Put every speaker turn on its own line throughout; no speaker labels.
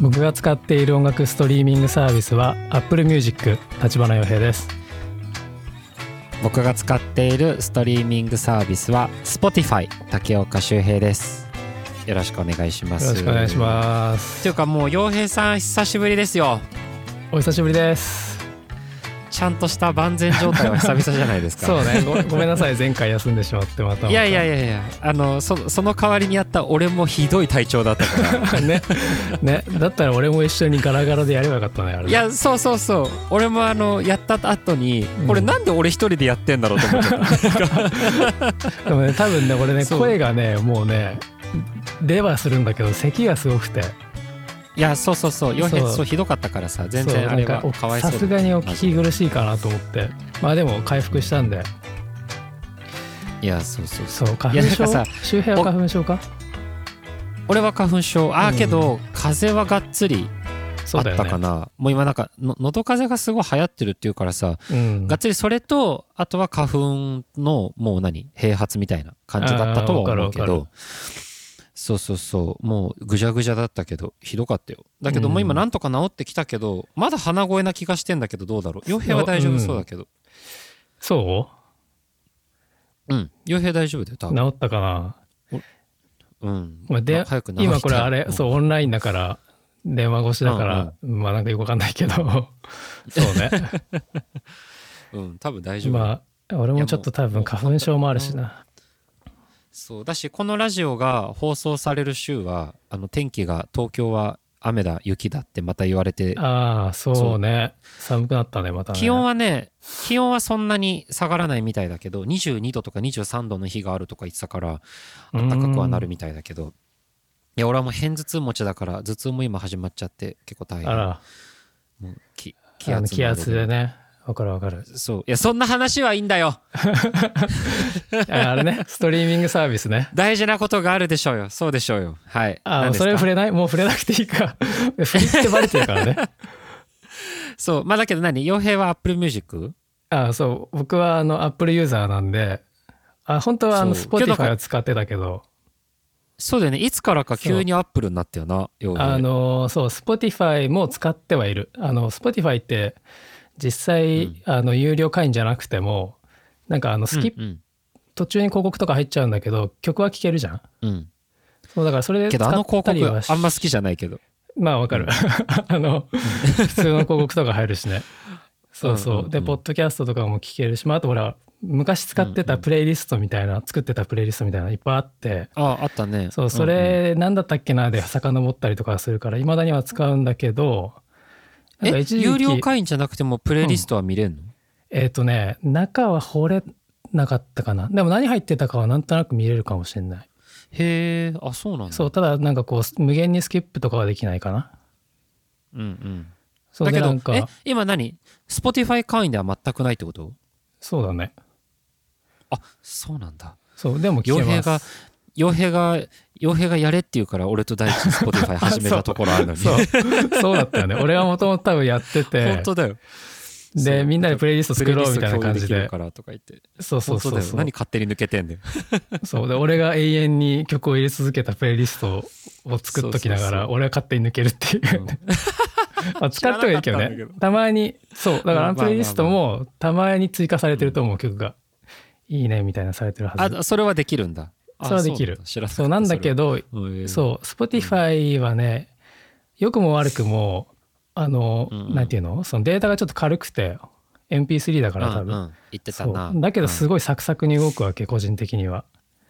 僕が使っている音楽ストリーミングサービスは Apple Music 立花洋平です
僕が使っているストリーミングサービスは Spotify 竹岡修平ですよろしくお願いしま
よ
す
ろしくお願いし
す
ま
って
す
いうかもう洋平さん久しぶりですよ
お久しぶりです
ちゃんとした万全状態は久々じゃないです か
そうねごごめんなさい前回休んでしまってまた
いやいやい
や
やいやあのそその代わりにやった俺もひどい体調だったから
ねねだったら俺も一緒にガラガラでやればよかったねあれ
いやそうそうそう俺もあのやった後に
うん
これなんで俺一人でやってんだろうと思っちゃっ た
でもね多分ねこれね
そう
声がねもうね出はするんだけど咳がすごくて
いやそうそうそう洋平
そう
そうひどかったからさ全
そ
然
う
あれ
な
は
んかお
かわいそう
さ
だ
すがにお聞き苦しいかなと思ってまあでも回復したんで
いやそうそうそう
そう花
い
粉
やなん
症
かさ
周辺は花粉症か
俺は花粉症ああ
うん
けど、風邪はがっつりあ
そ
っ
うだよ
たか
ね
な、もう今なんかの喉風邪がすごい流行ってるっていうからさ、
うん
がっつりそれとあとは花粉のもう何併発みたいな感じだったとは思うけ
あーわかる
どそうそうそうもうぐじゃぐじゃだったけどひどかったよだけど
うん
もう今なんとか治ってきたけどまだ鼻声な気がしてんだけどどうだろう傭兵は大丈夫そうだけど
そ
うん傭兵大丈夫だよ多
う
分
治ったかな
うん
まあで
まあ早く治りたい
今これあれそうオンラインだから電話越しだからまあなんかよくわかんないけ どそうね
うん、うん、多分大丈夫だよ
まあ俺もちょっと多分花粉症もあるしな
そうだしこのラジオが放送される週はあの天気が東京は雨だ雪だってまた言われて
ああそうね寒くなったねまたね
気温はね気温はそんなに下がらないみたいだけど22度とか23度の日があるとか言ってたから
うん
暖かくはなるみたいだけどいや俺はもう偏頭痛持ちだから頭痛も今始まっちゃって結構大
あ
変
ら
もう気
気
気
圧
圧
気圧で
ね
ねわかるわかる
そういやそんな話はいいんだよ
ああれ ねストリーミングサービスね
大事なことがあるでしょうよそうでしょうよはい
あ
何
あ
ですか
それ触れないもう触れなくていい か振りってバレてるからね
そうまあだけど何傭兵は Apple Music?
あそう僕はあのアップルユーザーなんであ本当はあの
そうけど
Spotify を使ってたけど
そうだよね。いつからか急にアップルになったよな、よう
あのそう Spotify も使ってはいるあの Spotify って実際、
うん
あの有料会員じゃなくてもなんかあのスキップ、
うん
途中に広告とか入っちゃうんだけど曲は聴けるじゃん
うん
そうだからそれ
うん、
で
けど
使
あの
っ
広
たりは
告あんま好きじゃないけど。
まあわかる、 あの普通の広告とか入るしねそうそう,、
うんうんうん
でポッドキャストとかも聴けるしまああとほら昔使ってたプレイリストみたいな、作ってたプレイリストみたいなのいっぱいあって
ああったね。
そうそ
んん
れなんだったっけなで遡ったりとかするからいまだには使うんだけどなんか
え
一時期
有料会員じゃなくてもプレイリストは見れんの、
えっ、とね中は掘れなかったかなでも何入ってたかはなんとなく見れるかもしれない
へえあそうなんだ。
そうただなんかこう無限にスキップとかはできないかな
うんうん、
そう
だ
で
け
な
ど
んか
え今何 ?Spotify 会員では全くないってこと
そうだね
あそうなんだ。
そうでも聞
傭
け
兵
ま
が
す
傭兵が傭兵がやれって言うから俺 と大地 Spotify 始めたところあるのに。
そう そうだったよね俺はもともと多分やって
本
て
当だよ。
で
そう
みんなでプレイリスト作ろうみたいな感じで
プレイリスト共有きるからとか言って。
そうそう
本当
そ
だ
う
よ
そう
何勝手に抜けて んだよ。
そうで俺が永遠に曲を入れ続けたプレイリストを作っときなが
そうそう
ら
そ
俺は勝手に抜けるっていう、
うん
まあ使ったはいいけど
知らなかったんだ
ね
け
たまにそうだからあのプレイリスト
ま
もたまに追加されてると思う曲がいいねみたいなされてるはず
あそれはできるんだ。あ
それはできる
うなんだ知ら
そうなんだけ
ど、
ど
それはへえ
そう Spotify はね良くも悪くもあの
うんうん
なんていうのそのデータがちょっと軽くて MP3 だから多
うんう
分
ん言ってた
そ
な。
うだけど
う
す
ん
ごいサクサクに動くわけ個人的には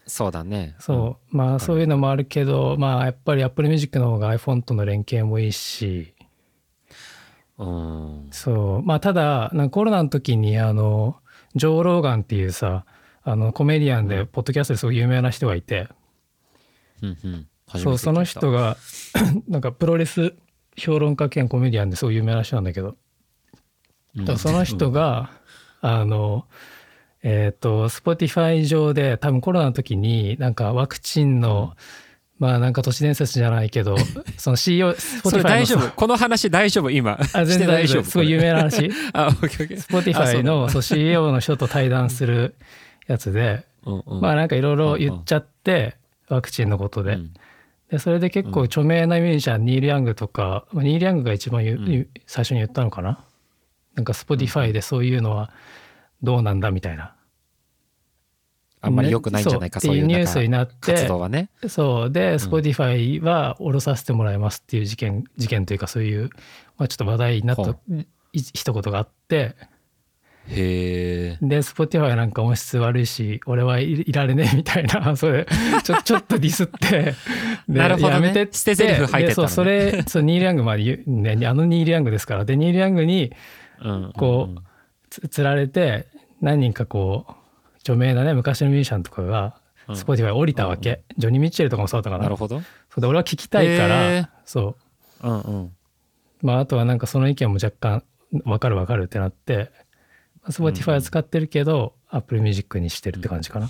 そうだね。うん
そうまあそういうのもあるけどまあやっぱり Apple Music の方が iPhone との連携もいいし
うん。
そうまあただなんかコロナの時にあのジョー・ローガンっていうさあのコメディアンでポッドキャストですごい有名な人がいて、
うんうん
そうその人
が。
が なんかプロレス評論家兼コメディアンですごい有名な人なんだけど、
うん
その人が、あのえっ、と Spotify 上で多分コロナの時になんかワクチンの、まあなんか都市伝説じゃない けどその CEO
そ
Spotify
れ
の
大丈夫
そ
この話大丈夫今。
うあ全然大丈夫
して
すごい有名な 話
これあ、オッケーオッケー。あそう
Spotify
だ
のそう CEO の人と対談するやつで、
うんうん
まあなんかいろいろ言っちゃって、ワクチンのことで、
うん
でそれで結構著名なミュージシャン、ニール・ヤングとか、まあ、ニール・ヤングが一番言う、
うん
最初に言ったのかななんか Spotify でそういうのはどうなんだみたいな。
あんまり良くないんじゃないか、
ね
そういう
っていうニュ
な
ー
ん
スに
か
なって
活動はね。
そうで Spotify は降ろさせてもらいますっていう事件事件というかそういう、まあ、ちょっと話題になっ
ほ
た
う
い一言があって
へえ。
で Spotify なんか音質悪いし俺はいいられねえ みたいなそれち ょちょっとディスってで
なるほどね
やめてって
捨て台詞吐いてったのね
でそうそれそうニール・ヤングまで言う、ね、あのニール・ヤングですからでニール・ヤングに
うん
こうつつられて何人かこう著名なね昔のミュージシャンとかが
うん
Spotify 降りたわけ、ジョニー・ミッチェルとかもそうだったか
な
な
るほど。
そうで俺は聞きたいから、
へー
そ
うんうん。
うまああとはなんかその意見も若干分かる分かるってなってまあ Spotify は使ってるけど、Apple Music にしてるって感じかな、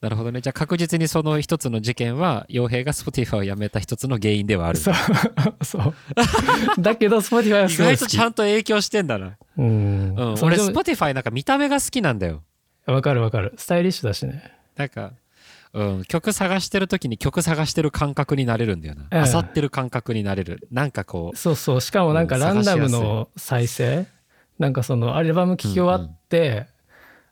なるほどね。じゃあ確実にその一つの事件は、傭兵が Spotify を辞めた一つの原因ではある。
そう そうだけど Spotify は
意
すご
外
い
と
好
ち
き
ゃんと影響してんだな。
うん、
うん、
それ
俺、
でも
Spotify なんか見た目が好きなんだよ。
分かる分かるスタイリッシュだしね
なんか、うん、曲探してる時に曲探してる感覚になれるんだよな。
ええ
あさってる感覚になれる。なんかこ
そうそうしかもなんか
うん
ランダム
探しや
の再生なんかそのアルバム聴き終わって、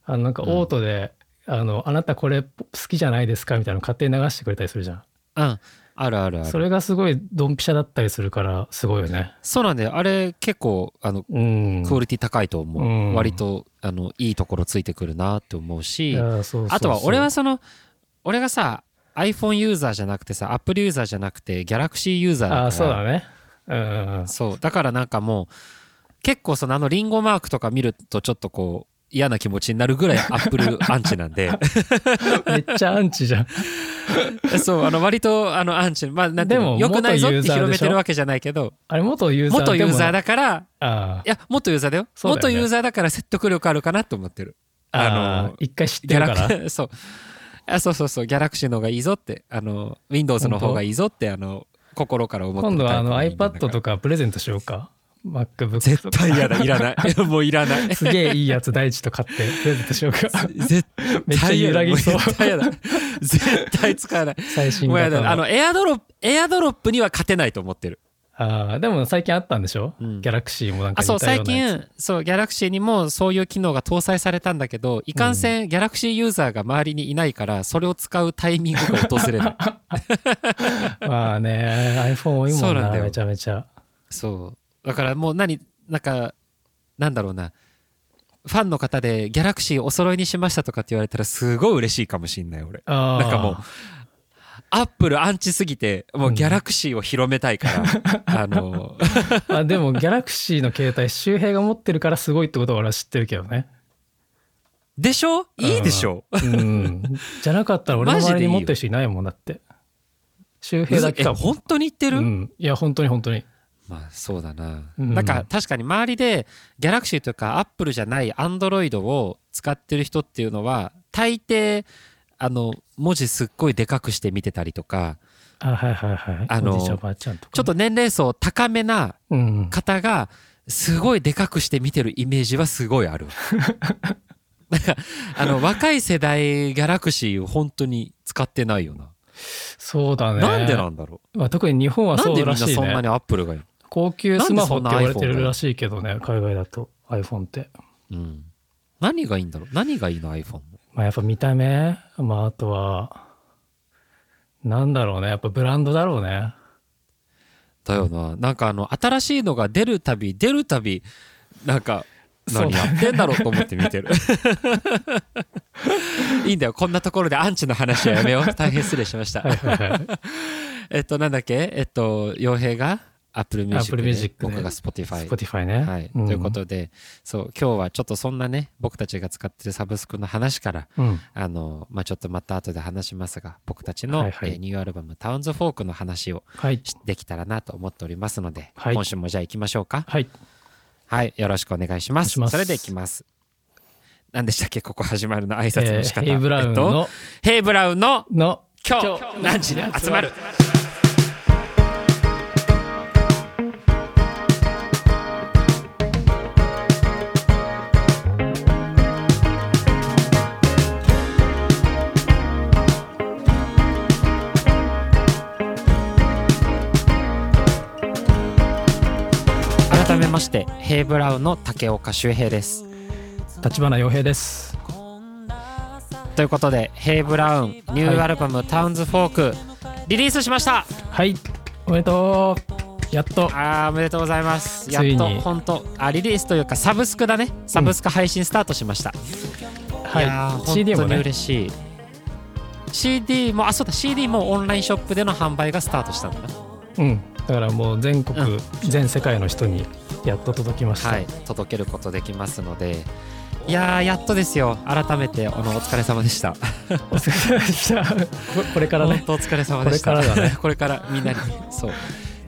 あのなんかオートで、あの「あなたこれ好きじゃないですか」みたいなの勝手に流してくれたりするじゃん
う、うん、あるあるある。
それがすごいドンピシャだったりするからすごいよね
そうなんだよ。あれ結構、あの、
うん
クオリティ高いと思う。
うん
割と、あの、いいところついてくるなって思うし。
いやそうそうそう
あとは俺はその俺がさ iPhone ユーザーじゃなくてさ Apple ユーザーじゃなくて Galaxy ユーザーだから
ああそうだねうん
そうだからなんかもう結構そのあのリンゴマークとか見るとちょっとこう嫌な気持ちになるぐらい Apple アンチなんで
めっちゃアンチじゃん
そうあの割とあのアンチまあなんていう
で
の
も
良くないぞっ
元
て
ユーザーでしょ
広めてるわけじゃないけど
あれ元ユーザー
元ユーザー
だ
だから
あ
いや元ユーザーだよ
そうだよ
元
ね
ユーザーだから説得力あるかなと思ってる
あ
あ
あ
の
の一回知って
ギャ
るか
ラ
ら
ク そうあそうそうそうギャラクシーの方がいいぞってあの Windows の方がいいぞってあの心から思ってる
今度はあの
タイプ人間だ
iPad と
か
かプレゼントしようか MacBook と
絶
か
対嫌だいらない もういらな い
すげえいいやつ大地と買ってプレゼントしようか
絶
めっちゃ
対嫌
揺
だ
らぎそう
もう絶対嫌だ絶対使わない
最新
もう
型
やだあ
の
のエアドロップエアドロップには勝てないと思ってる
ああでも最近あったんでしょ、
うん
ギャラクシーもなんか
あそう
似たよ
最
うなやつ
近そうギャラクシーにもそういう機能が搭載されたんだけどいかんせん、ギャラクシーユーザーが周りにいないからそれを使うタイミングが 訪れない
まあね iPhone 多い
そ
も
うんなん
な
だよ
めちゃめちゃ
そう。だからもう何、なんか、なんだろうな。ファンの方でギャラクシーお揃いにしましたとかって言われたらすごい嬉しいかもしんない俺。
ああ
なんかもう、アップルアンチすぎて、もうギャラクシーを広めた いから、あの、
あでもギャラクシーの携帯周平が持ってるからすごいってことは俺は知ってるけどね。
でしょいいでしょ
うん、じゃなかったら俺の
マジ
周
でいい
りに
よ
持ってる人いないもんだって。周平だけ
え、
かも。
本当に言ってる、
うん、いや本当に本当に。
まあそうだな。
うん
なんか確かに周りでギャラクシーというかアップルじゃないアンドロイドを使ってる人っていうのは、大抵、あの、文字すっごいでかくして見てたりとか、
あはいはいはい。
あの
おじいちゃんおばあちゃんとか、
ちょっと年齢層高めな
うん、
方が、すごいでかくして見てるイメージはすごい ある。なんか、あの、若い世代、ギャラクシーを本当に使ってないよな。
そうだね。
なんでなんだろ
まあ、特に日本
う。
は
なん
そ
で
う
みん
ら
な
しい
そんな
ね
に。アップルがいい
高級スマホって言われて
なんでそんな iPhone だ
る
よ
らしいけどね海外だと iPhone って。
うん。何がいいんだろう何がいいの ?iPhone の。
まあやっぱ見た目まああとはなんだろうねやっぱブランドだろうね。
だよな。なんかあの、新しいのが出るたび、出るたび、なんか、
そう
何
だ
やってんだろうと思って 見てる。いいんだよ。こんなところでアンチの話はやめよう。大変失礼しました。
はい はいはい。
えっと、なんだっけえっと、傭兵が Apple Music
Apple
で
Music で
僕が Spotify。
Spotify ね。
はい、
ん
ということで、そう、今日はちょっとそんなね、僕たちが使ってるサブスクの話から、
うん。
あの、まあ、ちょっとまた後で話しますが、僕たちの、
はいはい
えーニューアルバム、タウンズフォークの話を
はい。
できたらなと思っておりますので、
はい
今週もじゃあ行きましょうか。
はい。
はい、よろしくお願いします。
お願いします
それで行きます。何でしたっけここ始まるの
え
挨拶の仕
ー
方。
ヘイブラウン
えっと、
の、
ヘイブラウンの
の、
今
今
日
日
何時に集まる。改めましてヘイブラウンの竹岡修平です
立花洋平です。
ということでヘイブラウンニューアルバム「タウンズフォーク」リリースしました
はい、おめでとう。やっと。
あーおめでとうございますやっ
つい
と
に
本当あリリースというかサブスクだねサブスク配信スタートしました、いや
は
ー
い、CD も
本当に
ね。
嬉しい CD もあそうだ CD もオンラインショップでの販売がスタートしたんだな
うん、だからもう全国、
う
全世界の人にやっと届きました。
はい、届けることできますのでいやーやっとですよ改めてあのお疲れ様でした
お疲れ様でした。こ これから
本
ね。
当お疲れ様でした
これからだ
これからみんなにそう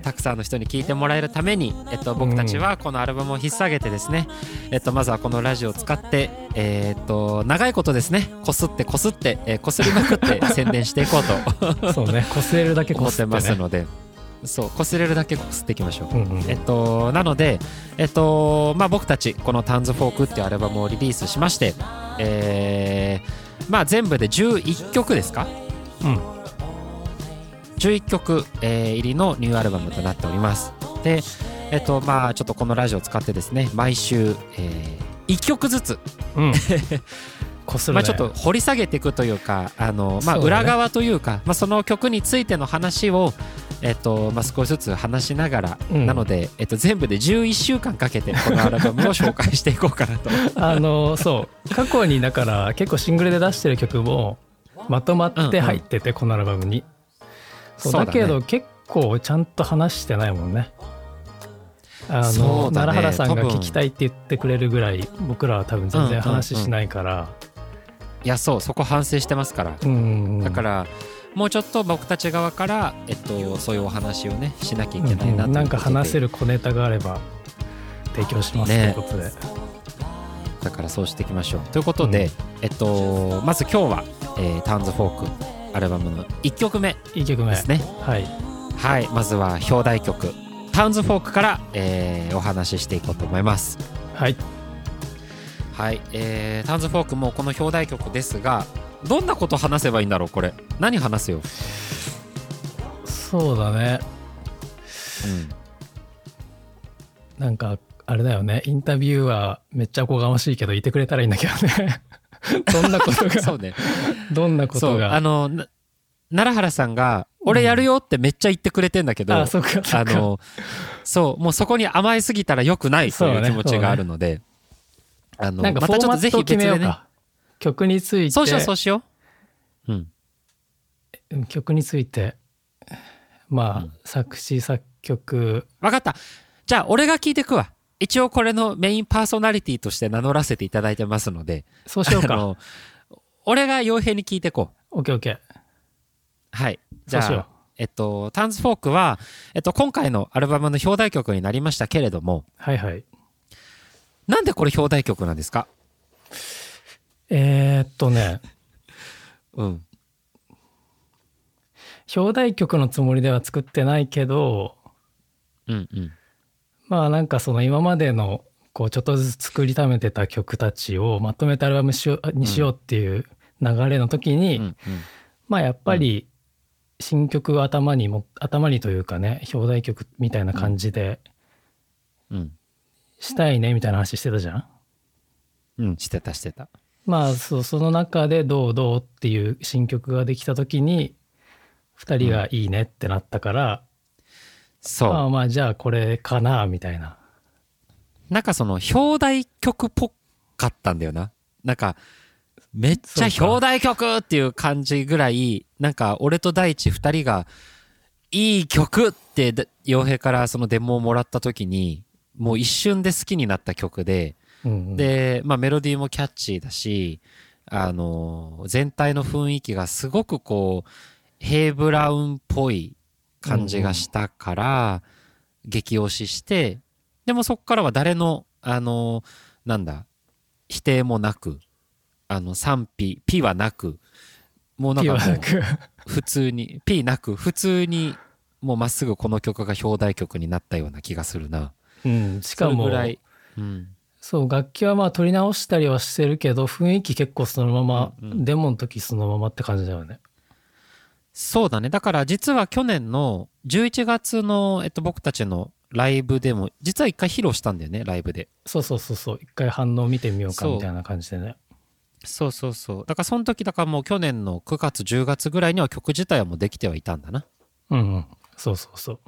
たくさんの人に聞いてもらえるために、えっと、僕たちはこのアルバムを引っ提げてですね、えっと、まずはこのラジオを使って、えーっと長いことですねこすってこすって、えーこすりまくって 宣伝していこうと
そうね、こすれるだけ
思
こ
っ
す
て
って、ね。
ますのでそうこすれるだけこすっていきましょう。
うんうん、
えっと、なので、えっとまあ、僕たちこの「タンズフォーク」っていうアルバムをリリースしまして、えーまあ、全部で11曲ですか
うん
11曲、えー入りのニューアルバムとなっておりますでえっとまあちょっとこのラジオを使ってですね毎週、え1曲ずつ、
うん。こする、ね。
まあ、ちょっと掘り下げていくというかあの、ま
そ
あ、
うだね
裏側というかそ,、まあ、その曲についての話を、えっとまあ、少しずつ話しながら、
うん
なので、えっと、全部で11週間かけてこのアルバムを紹介していこうか なと
あのそう過去にだから結構シングルで出してる曲もまとまって入ってて、このアルバムにそう
そうだね
だけど結構ちゃんと話してないもんねあ
そ
の
うだね
奈良原さんが
多分
聞きたいって言ってくれるぐらい僕らは多分全
うんうんうん
然話しないから、
いやそうそこ反省してますから
うん
だかららもうちょっと僕たち側から、えっと、そういうお話をねしなきゃいけないなということで、
んか話せる小ネタがあれば提供しますという
ね
ことで、
だからそうしていきましょうということで、
うん
えっとまず今日は、えータウンズフォークアルバムの1曲目
いい曲目
ですね
はい
はいまずは表題曲「タウンズフォーク」から、えーお話ししていこうと思います
はい
はい、えータウンズフォークもこの表題曲ですがどんなこと話せばいいんだろうこれ何話すよ、
そうだねなんかあれだよねインタビューはめっちゃおこがましいけどいてくれたらいいんだけどね どんなこと
うん、 そう
が
ね
どんなこ
そ
と
うあ
が
のな奈良原さんが「俺やるよ」ってめっちゃ言ってくれてんだけど、
あそうかそ
あ
うか
の、そう、もうそこに甘えすぎたら良くないと
そう
いう
ね
気持ちがあるので、あの、
なんかフォーマットを決めようか、
ね、
曲について
そうしよう、そうしよう。うん。
うん曲についてまあ、
うん
作詞作曲
わかった。じゃあ、俺が聞いてくわ。一応これのメインパーソナリティとして名乗らせていただいてますので、
そうしよう
あ
か
の、俺が傭兵に聞いてこう。
オッケーオッケー
はい。じ
そう
ゃ
しよ
あ、えっと、タンズフォークは、えっと、今回のアルバムの表題曲になりましたけれども
う、はいはい
なんでこれ表題曲なんですか
えー、っとね
うん。
表題曲のつもりでは作ってないけど
うんうん。
まあなんかその今までのこうちょっとずつ作りためてた曲たちをまとめたアルバムしようにしようっていう流れの時に、
うんうん。
まあやっぱり新曲を頭にも頭にというかね表題曲みたいな感じで
うん。
したいねみたいな話してたじゃん。
うん。してた、してた。
まあそうその中で「どうどう」っていう新曲ができた時に2人が「いいね」ってなったから、
そう。
まあまあじゃあこれかなみたいな。
なんかその表題曲っぽかったんだよな。なんか、めっち
そうか
ゃ表題曲っていう感じぐらい、なんか俺と大地二人が、いい曲ってだ、洋平からそのデモをもらった時に、もう一瞬で好きになった曲で、
うんうん、
で、まあメロディーもキャッチーだし、あのー全体の雰囲気がすごくこう、ヘイブラウンっぽい感じがしたから、激推しして、でもそこからは誰の、あのーなんだ、否定もなく、あの、賛否、ピはなく、もうなん
ピ
か
は
も
な
う
く
普通に、ピなく、普通に、もうまっすぐこの曲が表題曲になったような気がするな。
うん、 しか
そ
も
れぐらい。うん。
そう楽器はまあ取り直したりはしてるけど雰囲気結構そのまま、
うんうん
デモの時そのままって感じだよね。
そうだね。だから実は去年の11月の、えっと、僕たちの、ライブでも、実は一回披露したんだよね、ライブで。
そうそうそうそう一回反応見てみようか
そう
みたいな感じでね
そうそうそう。だからその時、だからもう去年の9月、10月ぐらいには曲自体はもうできてはいたんだな。
うんうんそうそうそう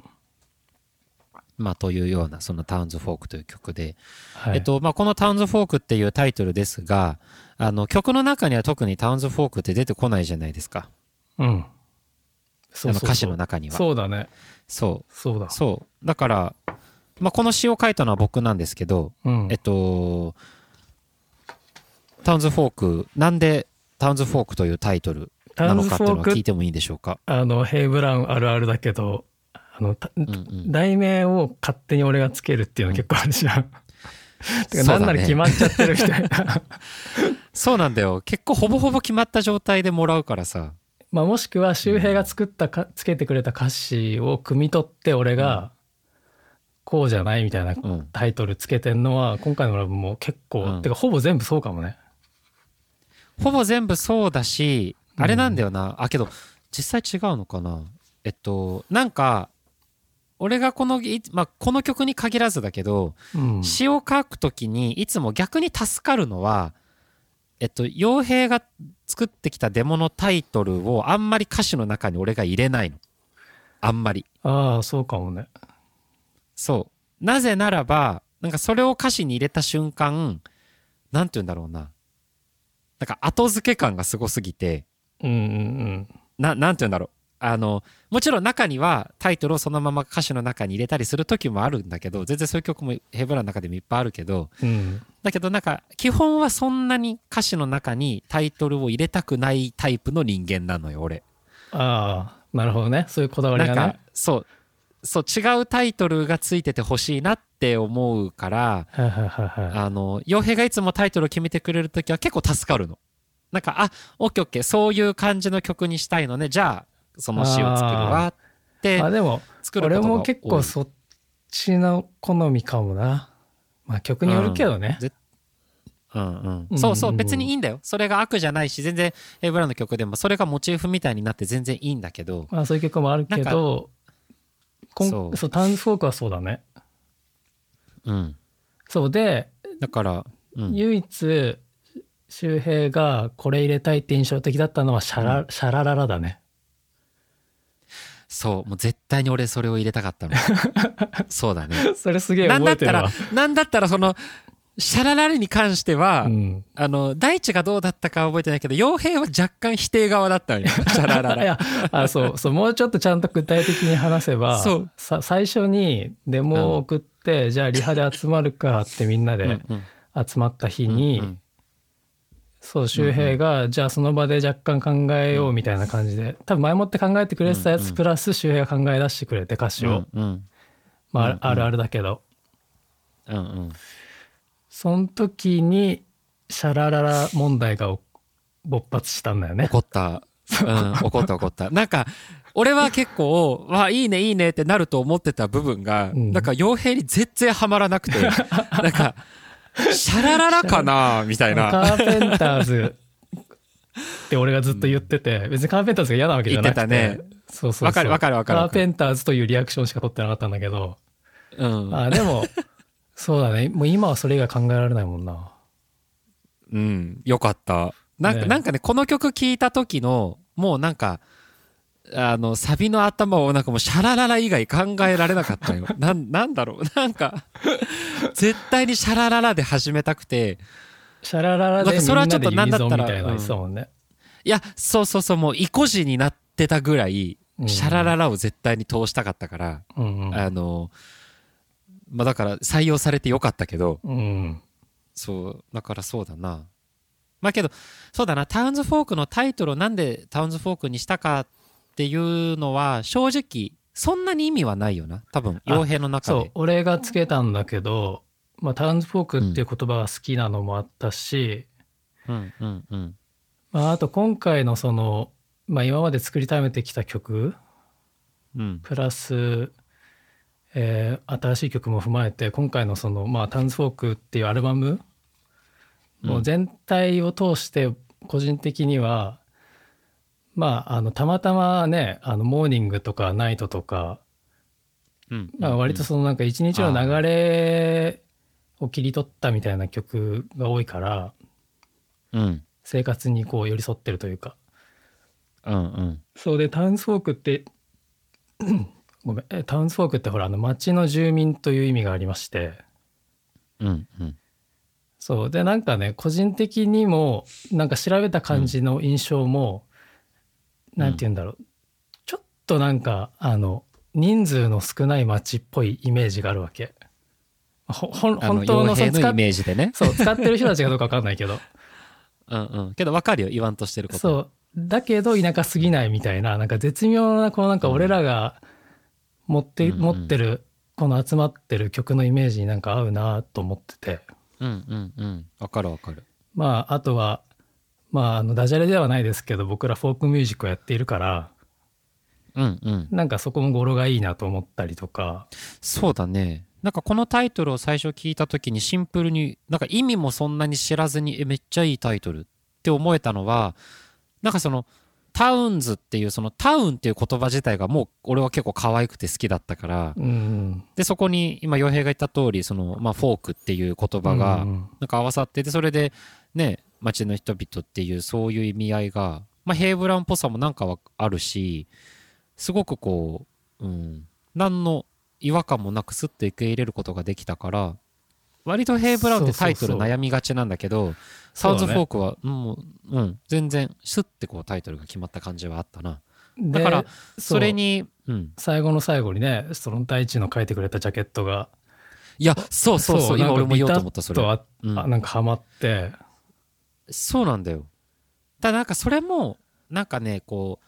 まあというような、そのタウンズフォークという曲で。
はい、
えっと、まあこのタウンズフォークっていうタイトルですが、あの曲の中には特にタウンズフォークって出てこないじゃないですか。
うんそ
あの歌詞の中には。
そうだね
そ
そうだ
う。そう。だから、まあこの詩を書いたのは僕なんですけど、
うん
えっと、タウンズフォーク、なんでタウンズフォークというタイトル
タ
な
ウン
の
ズ
かっ
フ
て
ォ
いうの
ー
を
ク
聞いてもいいでしょうか。
あのヘイブラウンあるあるだけどあのた
うんうん
題名を勝手に俺がつけるっていうの結構あるじゃ ん。てか
そうだ
な
ね
んなら決まっちゃってるみたい な。
そうなんだよ。結構ほぼほぼ決まった状態でもらうからさ。
まあもしくは周平が作ったかつけてくれた歌詞を汲み取って俺がこうじゃないみたいな
うん。
タイトルつけてんのは今回のラブも結構、
うん
てかほぼ全部そうかもね。
ほぼ全部そうだし、
うん
あれなんだよな。あ、けど、実際違うのかな。えっと、なんか、俺がこのぎ、まあ、この曲に限らずだけど、
うん、
詩を書くときに、いつも逆に助かるのは、えっと、傭兵が作ってきたデモのタイトルをあんまり歌詞の中に俺が入れないの。あんまり。
ああそうかもね。
そう。なぜならば、なんかそれを歌詞に入れた瞬間、なんて言うんだろうな。なんか後付け感がすごすぎて、
うんうん
な、なんて言うんだろう。あの、もちろん中にはタイトルをそのまま歌詞の中に入れたりする時もあるんだけど、全然そういう曲もヘブラの中でもいっぱいあるけど、
うんうん。
だけどなんか基本はそんなに歌詞の中にタイトルを入れたくないタイプの人間なのよ、俺。
ああなるほどねそういうこだわりが
なん
ね
か。そうそう違うタイトルがついててほしいなって思うから
はいはいはいはい。
あの傭兵がいつもタイトルを決めてくれる時は結構助かるのなんかあオッケーオッケーそういう感じの曲にしたいのねじゃあその詩を作るわって
あでも
作ること
俺
が多い
も結構そっちの好みかもなまあ曲によるけどね、
ぜうん
う
うんん、そうそう別にいいんだよそれが悪じゃないし全然ヘイブラの曲でもそれがモチーフみたいになって全然いいんだけど
まあそういう曲もあるけどこん
そ
そう
う
タウンズフォークはそうだね
うん
そうで、
だから、うん、
唯一周平がこれ入れたいって印象的だったのはシャラ,、シャラララだね
そうもう絶対に俺それを入れたかった のそうだね
それすげえ
な
覚
んだ
え
ってた
る
ら
わ、
なんだったらその、シャララリに関しては、
うん、
あの、大地がどうだったかは覚えてないけど、傭兵は若干否定側だったのよ。シャラ ラ
い
ラ。
やあそうそうもうちょっとちゃんと具体的に話せば
そう
さ最初にデモを送って、じゃあリハで集まるかってみんな
うん
で
うん
集まった日に、
うんうん
そう周平が、じゃあその場で若干考えようみたいな感じで多分前もって考えてくれてたや
うんう
つ
ん
プラス周平が考え出してくれて歌詞を、
うん
まあ、
うんうん
あるあるだけど
うんうん
その時にシャラララ問題がお勃発したんだよね。
怒った。うん、怒った怒った。なんか、俺は結構、わあ、いいねいいねってなると思ってた部分が、
うん
なんか傭兵に全然ハマらなくて、なんか、シャラララかなみたいな。
カーペンターズって俺がずっと言ってて別にカーペンターズが嫌なわけじゃなくて
言ってた
そうそうそう
わかるわかるわかる
カーペンターズというリアクションしか取ってなかったんだけど、
うん。
あでも そうだねもう今はそれ以外考えられないもんな。
うん、よかった。なんか、
ね
なんかね、この曲聴いた時の、もうなんか、あの、サビの頭をなんかもうシャラララ以外考えられなかっ たよ。なん、なんだろう。なんか、絶対にシャラララで始めたくて、
シャラララで
なん
み
か
ん
それ
な
はち
で
ょっと
いいぞみ
なんだったら
たいなの言ってたもんね。
いや、そうそうそう、もう意固地になってたぐらい、
うん
シャラララを絶対に通したかったから、
うんうん
あの、まあだから採用されてよかったけど、
うん
そう、だからそうだな。まあけど、そうだな、タウンズフォークのタイトルをなんでタウンズフォークにしたかっていうのは、正直、そんなに意味はないよな。多分、
あ
傭兵の中
そう
で。
俺がつけたんだけど、まあ、タウンズフォークっていう言葉が好きなのもあったし、
うんうんうん。
まあ、あと今回のその、まあ、今まで作りためてきた曲
うん。
プラス、えー新しい曲も踏まえて今回のその、まあ、タウンズフォークっていうアルバムの
うん
全体を通して個人的には、まああのたまたまねあのモーニングとかナイトとか
うん
まあ、割とそのなんか一日の流れを切り取ったみたいな曲が多いから
うん
生活にこう寄り添ってるというか
うんうん
そうでタウンスフォークって ごめんえタウンスフォークってほらあの町の住民という意味がありまして
うんうん
そうでなんかね個人的にもなんか調べた感じの印象も
うん
なん、て言うんだろうちょっとなんかあの人数の少ない町っぽいイメージがあるわけ。ほほん
あの
本当
傭
のそ
兵
の使
のイ
っ
メージでね
そう使ってる人たちがどうか分かんないけど
うんうんけどわかるよ言わんとしてること
そうだけど田舎すぎないみたいななんか絶妙なこのなんか俺らが持って、
うんうん
持ってるこの集まってる曲のイメージになんか合うなと思ってて
うんうんうんわかるわかる
まああとはまああのダジャレではないですけど僕らフォークミュージックをやっているから
うんうん
なんかそこも語呂がいいなと思ったりとか
そうだねなんかこのタイトルを最初聞いた時にシンプルになんか意味もそんなに知らずにえめっちゃいいタイトルって思えたのはなんかそのタウンズっていうそのタウンっていう言葉自体がもう俺は結構可愛くて好きだったから
うん
でそこに今洋平が言った通りそのまあフォークっていう言葉が
うん
なんか合わさっててそれでね街の人々っていうそういう意味合いが、まあ、ヘイブランっぽさもなんかはあるしすごくこう、うん、何の違和感もなくスッと受け入れることができたから割とヘイブランっ
そ
て
うそうそう
タイトル悩みがちなんだけどサウンズフォークはもう、うん、全然スッてこうタイトルが決まった感じはあったな
だ
だか
からら
それに、うん、
最後の最後にねその第一の書いてくれたジャケットが
いやそうそうそう今俺も言おうと思ったそれ
とあ、
うん
あなんかハマって
そうなんだよ。ただなんかそれもなんかねこう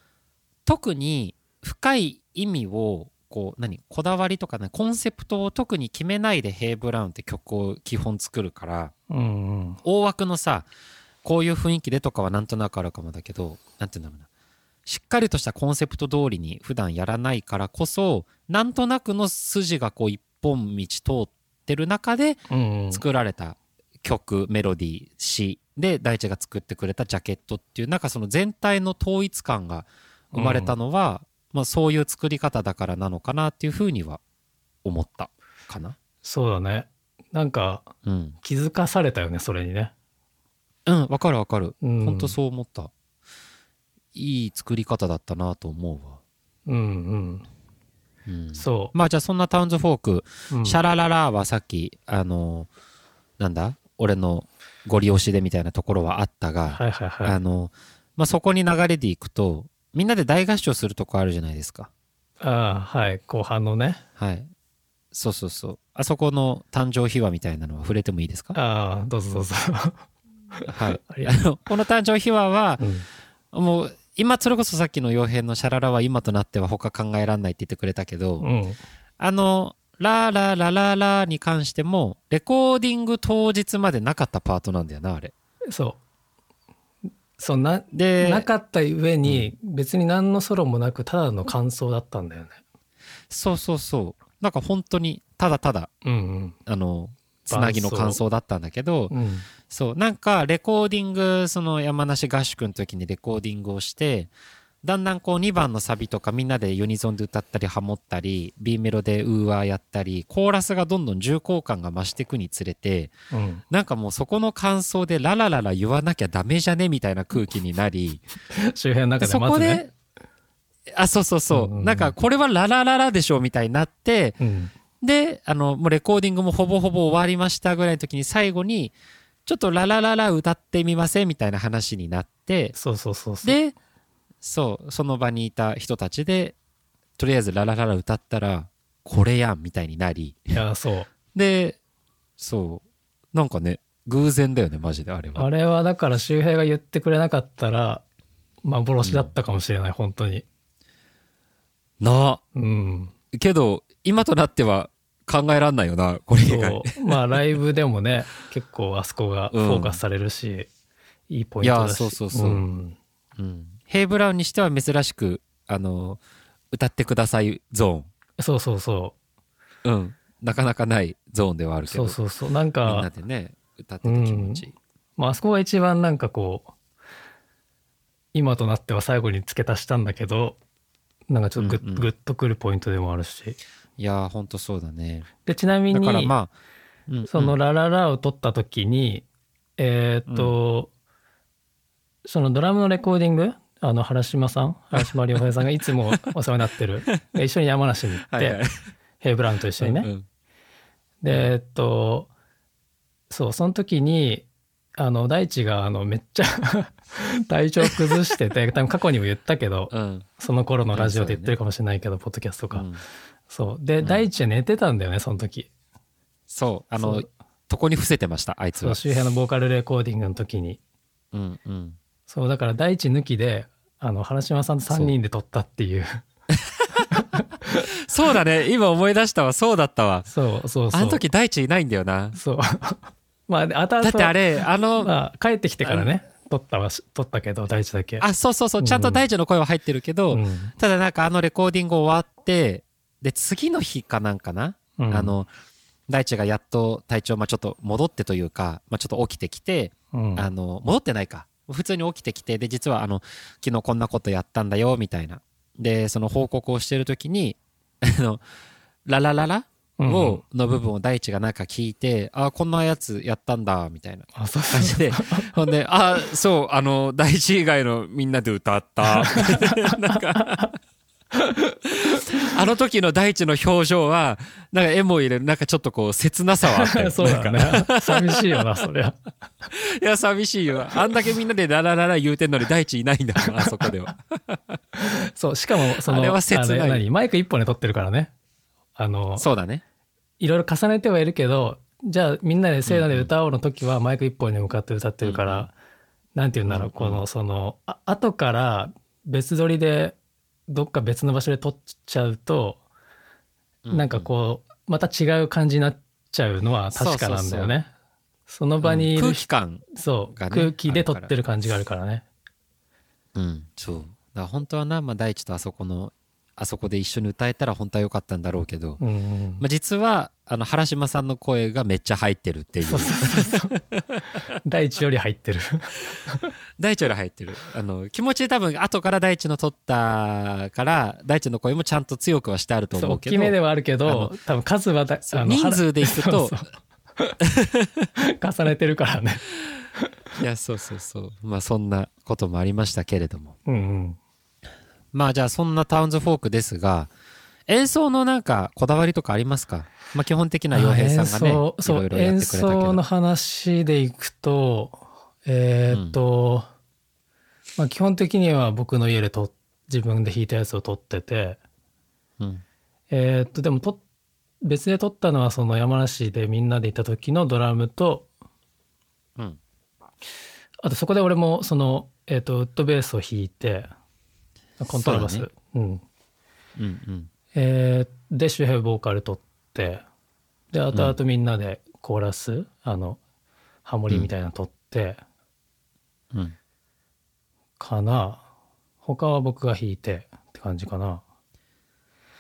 特に深い意味をこう何こだわりとかねコンセプトを特に決めないでヘイ・ブラウンって曲を基本作るから
うんうん
大枠のさこういう雰囲気でとかはなんとなくあるかもだけどなんて言うんだろうなしっかりとしたコンセプト通りに普段やらないからこそなんとなくの筋がこう一本道通ってる中で
うんうん
作られた曲メロディー詩で大地が作ってくれたジャケットっていうなんかその全体の統一感が生まれたのは、まあ、そういう作り方だからなのかなっていうふうには思ったかな、
そうだねなんか
うん、
気づかされたよねそれにね、
うんわかるわかる、
うん、
ほんとそう思ったいい作り方だったなと思う
うう
わ、
ん
うん
うん、そ
まあじゃあそんなタウンズフォーク、
う、うん
シャラララはさっきあのなんだ俺のご利用しでみたいなところはあったが、
はいはいはい
あの、まあ、そこに流れでいくと、みんなで大合唱するとこあるじゃないですか。
ああはい後半のね
はい。そうそうそう。あそこの誕生秘話みたいなのは触れてもいいですか
ああどうぞどう ぞ、
はい。
ありが
あの、 この誕生秘話は、
うん
もう、今、それこそさっきの傭兵のシャララは今となっては他考えらんないって言ってくれたけど、
うん、
あの、ラーラーラララーに関しても、レコーディング当日までなかったパートなんだよな、あれ。
そうそうな
で、
なかった上に別に何のソロもなくただの感想だったんだよね
そうそうそう。なんか本当に、ただただ、
うん
あの、つなぎの感想だったんだけど、
うんうん
そうなんかレコーディングその山梨合宿の時にレコーディングをしてだんだんこう2番のサビとかみんなでユニゾンで歌ったりハモったり B メロでウーアーやったりコーラスがどんどん重厚感が増していくにつれて
うん
なんかもうそこの感想でララララ言わなきゃダメじゃねみたいな空気になり
周辺の中
で
で
そ
まず
こ
ね
であそうそう
う
そう
んうんうん
なんかこれはララララでしょみたいになって
うん
で、あの、もうレコーディングもほぼほぼ終わりましたぐらいの時に最後に、ちょっとララララ歌ってみませんみたいな話になって、
そうそうそうそう
で、そう、その場にいた人たちで、とりあえずララララ歌ったら、これやんみたいになり、
いやそう
で、そう、なんかね、偶然だよね、マジであれは。
あれはだから周平が言ってくれなかったら幻だったかもしれない、本当に
な
うん
あ、けど、今となっては考えらんないよな、これ以外。
そうまあライブでもね結構あそこがフォーカスされるし、いいポイントだし
いやそうそうそうんうんヘイブラウンにしては珍しく、あの、歌ってくださいゾーン。
そうそうそ
うん、なかなかないゾーンではある
う
け
そ
ど
うそうそうなん
みんな
か、
でね歌ってて気持ちいい、
まああそこが一番なんかこう今となっては最後に付け足したんだけどなんかちょっとグッ,、
うんうん
グッとくるポイントでもあるし
いやー、ほんとそうだね。
でちなみ
だから
に、
まあ、うんうん
その「ラララ」を撮った時にえーっと、そのドラムのレコーディングあの原島さん原島良平さんがいつもお世話にな ってる一緒に山梨に行って
はいはい
ヘイ・ブラウンと一緒にね。
うんうん
でえっとそうその時にあの大地があのめっちゃ 体調崩してて多分過去にも言ったけど
うん
その頃のラジオで言ってるかもしれないけど、ポッドキャストと
う
か、
ん
そうで、大地は寝てたんだよねその時
そう、あ
そ
の
う、
床に伏せてました、あいつ
そ
は
の。周辺のボーカルレコーディングの時に
うんうん。
そうだから大地抜きであの原島さんと3人で撮ったっていう
そうだね、今思い出したわ、そうだったわ。
そう そうそう
あの時大地いないんだよな。
そう まあで後々
だってあれ、あの、
まあ、帰ってきてからね撮ったはし撮ったけど大地だけ
あ、そうそうそう、ちゃんと大地の声は入ってるけ
う
ど、
ん
ただなんかあのレコーディング終わって、で、次の日かなんかな、
うん
あの、大地がやっと体調、まあちょっと戻ってというか、まあちょっと起きてきて、
うん
あの、戻ってないか。普通に起きてきて、で、実はあの、昨日こんなことやったんだよ、みたいな。で、その報告をしてるときに、 あの、ララララを、の部分を大地がなんか聞いて、あーこんなやつやったんだ、みたいな
あそうそう
感じで、ほんで、あーそう、あの、大地以外のみんなで歌った。 なんか、あの時の大地の表情は、なんか絵も入れる、なんかちょっとこう、切なさはあったよ
そうだ
なんか
ね。寂しいよな、そりゃ。
いや、寂しいよ。あんだけみんなでララララ言うてんのに大地いないんだ から、あそこでは。
そう、しかも、その、
あれは切ない
あれ何マイク一本で撮ってるからね。あの、
そうだね。
いろいろ重ねてはいるけど、じゃあみんなでせーので歌おうの時はマイク一本に向かって歌ってるから、なんて言うんだろう、この、その、あ後から別撮りで、どっか別の場所で撮っちゃうと、なんかこう、また違う感じになっちゃうのは確かなんだよね。その
う
場にい
空
る
気感。
そう、
がね
空気で撮ってる感じがあるからね。
うん、そう。だから本当はな、まあ、大地とあそこの、あそこで一緒に歌えたら本当は良かったんだろうけど、
うんうん
まあ、実は、あの、原島さんの声がめっちゃ入ってるっていう。
第一より入ってる。
大地より入ってる。あの、気持ちで多分、後から大地の撮ったから、大地の声もちゃんと強くはしてあると
そう
思
大
うけ
き
ど、
めではあるけ
あ
ど
の、
多分数はだ
そう
あの
人数でいくと、
そうそう 重ねてるからね。
いや、そうそうそう。まあ、そんなこともありましたけれども。
うんうん。
まあじゃあそんなタウンズフォークですが、演奏のなんかこだわりとかありますかまあ基本的な洋平さんがね、い
演
ろ
奏そう
いろやってくれたけど。
演奏の話でいくと、えーっと、まあ基本的には僕の家でと自分で弾いたやつを撮ってて、
うん
えーっとでもと別で撮ったのはその山梨でみんなで行った時のドラムと
うん
あとそこで俺もその、えー、とウッドベースを弾いてコントラバス
そうう,、だ
ん
うんうん
えーで周平ボーカル取ってであとあとみんなでコーラス、あのハモリみたいなの取って、
うん
かな他は僕が弾いてって感じかな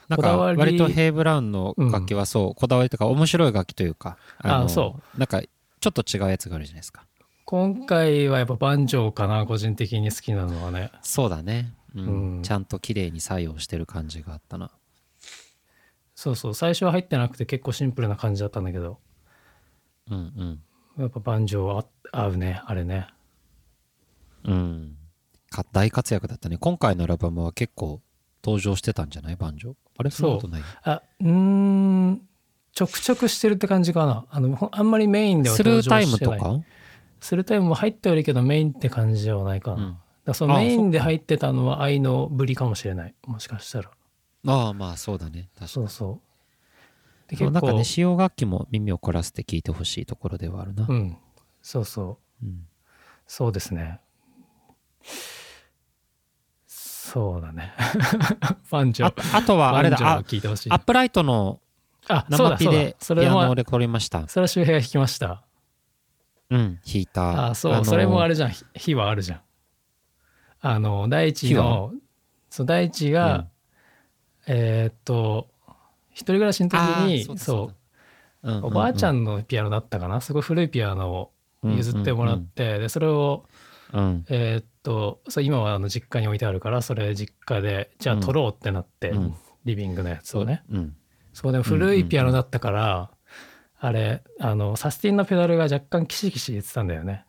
なん
こだ
か
わり
割とヘイ・ブラウンの楽器はそう、こだわりとか面白い楽器というか、の。
あそう
なんかちょっと違うやつがあるじゃないですか。
今回はやっぱバンジョーかな個人的に好きなのはね
そうだね。うん
うん
ちゃんと綺麗に作用してる感じがあったな。
そうそう最初は入ってなくて結構シンプルな感じだったんだけど
うん
やっぱバンジョーは合うねあれね
うん。うん。か大活躍だったね。今回のアルバムは結構登場してたんじゃないバンジョー。あれそんなことない
あうーんちょくちょくしてるって感じかなあのほんあんまりメインでは
スル
登
ータ
場
イム
して
と
ない
か
スルータイムも入ってはいるけどメインって感じではないかな、
うん
だからその
ああ
メインで入ってたのは愛のぶりかもしれないもしかしたら
ああまあそうだね確か
そ
に
うそうで
そ
結
うなんか
構
ね使用楽器も耳を凝らせて聞いてほしいところではあるな、
うんそうそう
うん
そうですねそうだね ファンジョ
ああとはあれだ
バン
あ
ジョーを聞いてほしい
アップライトの
あそう
生
だ
ピ
そうだ
で
そ
ピ
れ
アノ
も
をレコードました
それは周平が弾きました
うん弾いた
あそう、
の
それもあれじゃんひ火はあるじゃんあの大地
火は
のそう大地が、えーっと一人暮らしの時に
あ
そ
ー
う
そうだうだうん
おばあちゃ
ん
んのピアノだったかなすごい古いピアノを譲ってもらって、でそれを
うん、うん
えーっとそう今はあの実家に置いてあるからそれ実家でじゃあ撮ろうってなって、
うん
リビングのやつをね
うん
そうでも古いピアノだったから、あれあのサスティンのペダルが若干キシキシ言ってたんだよね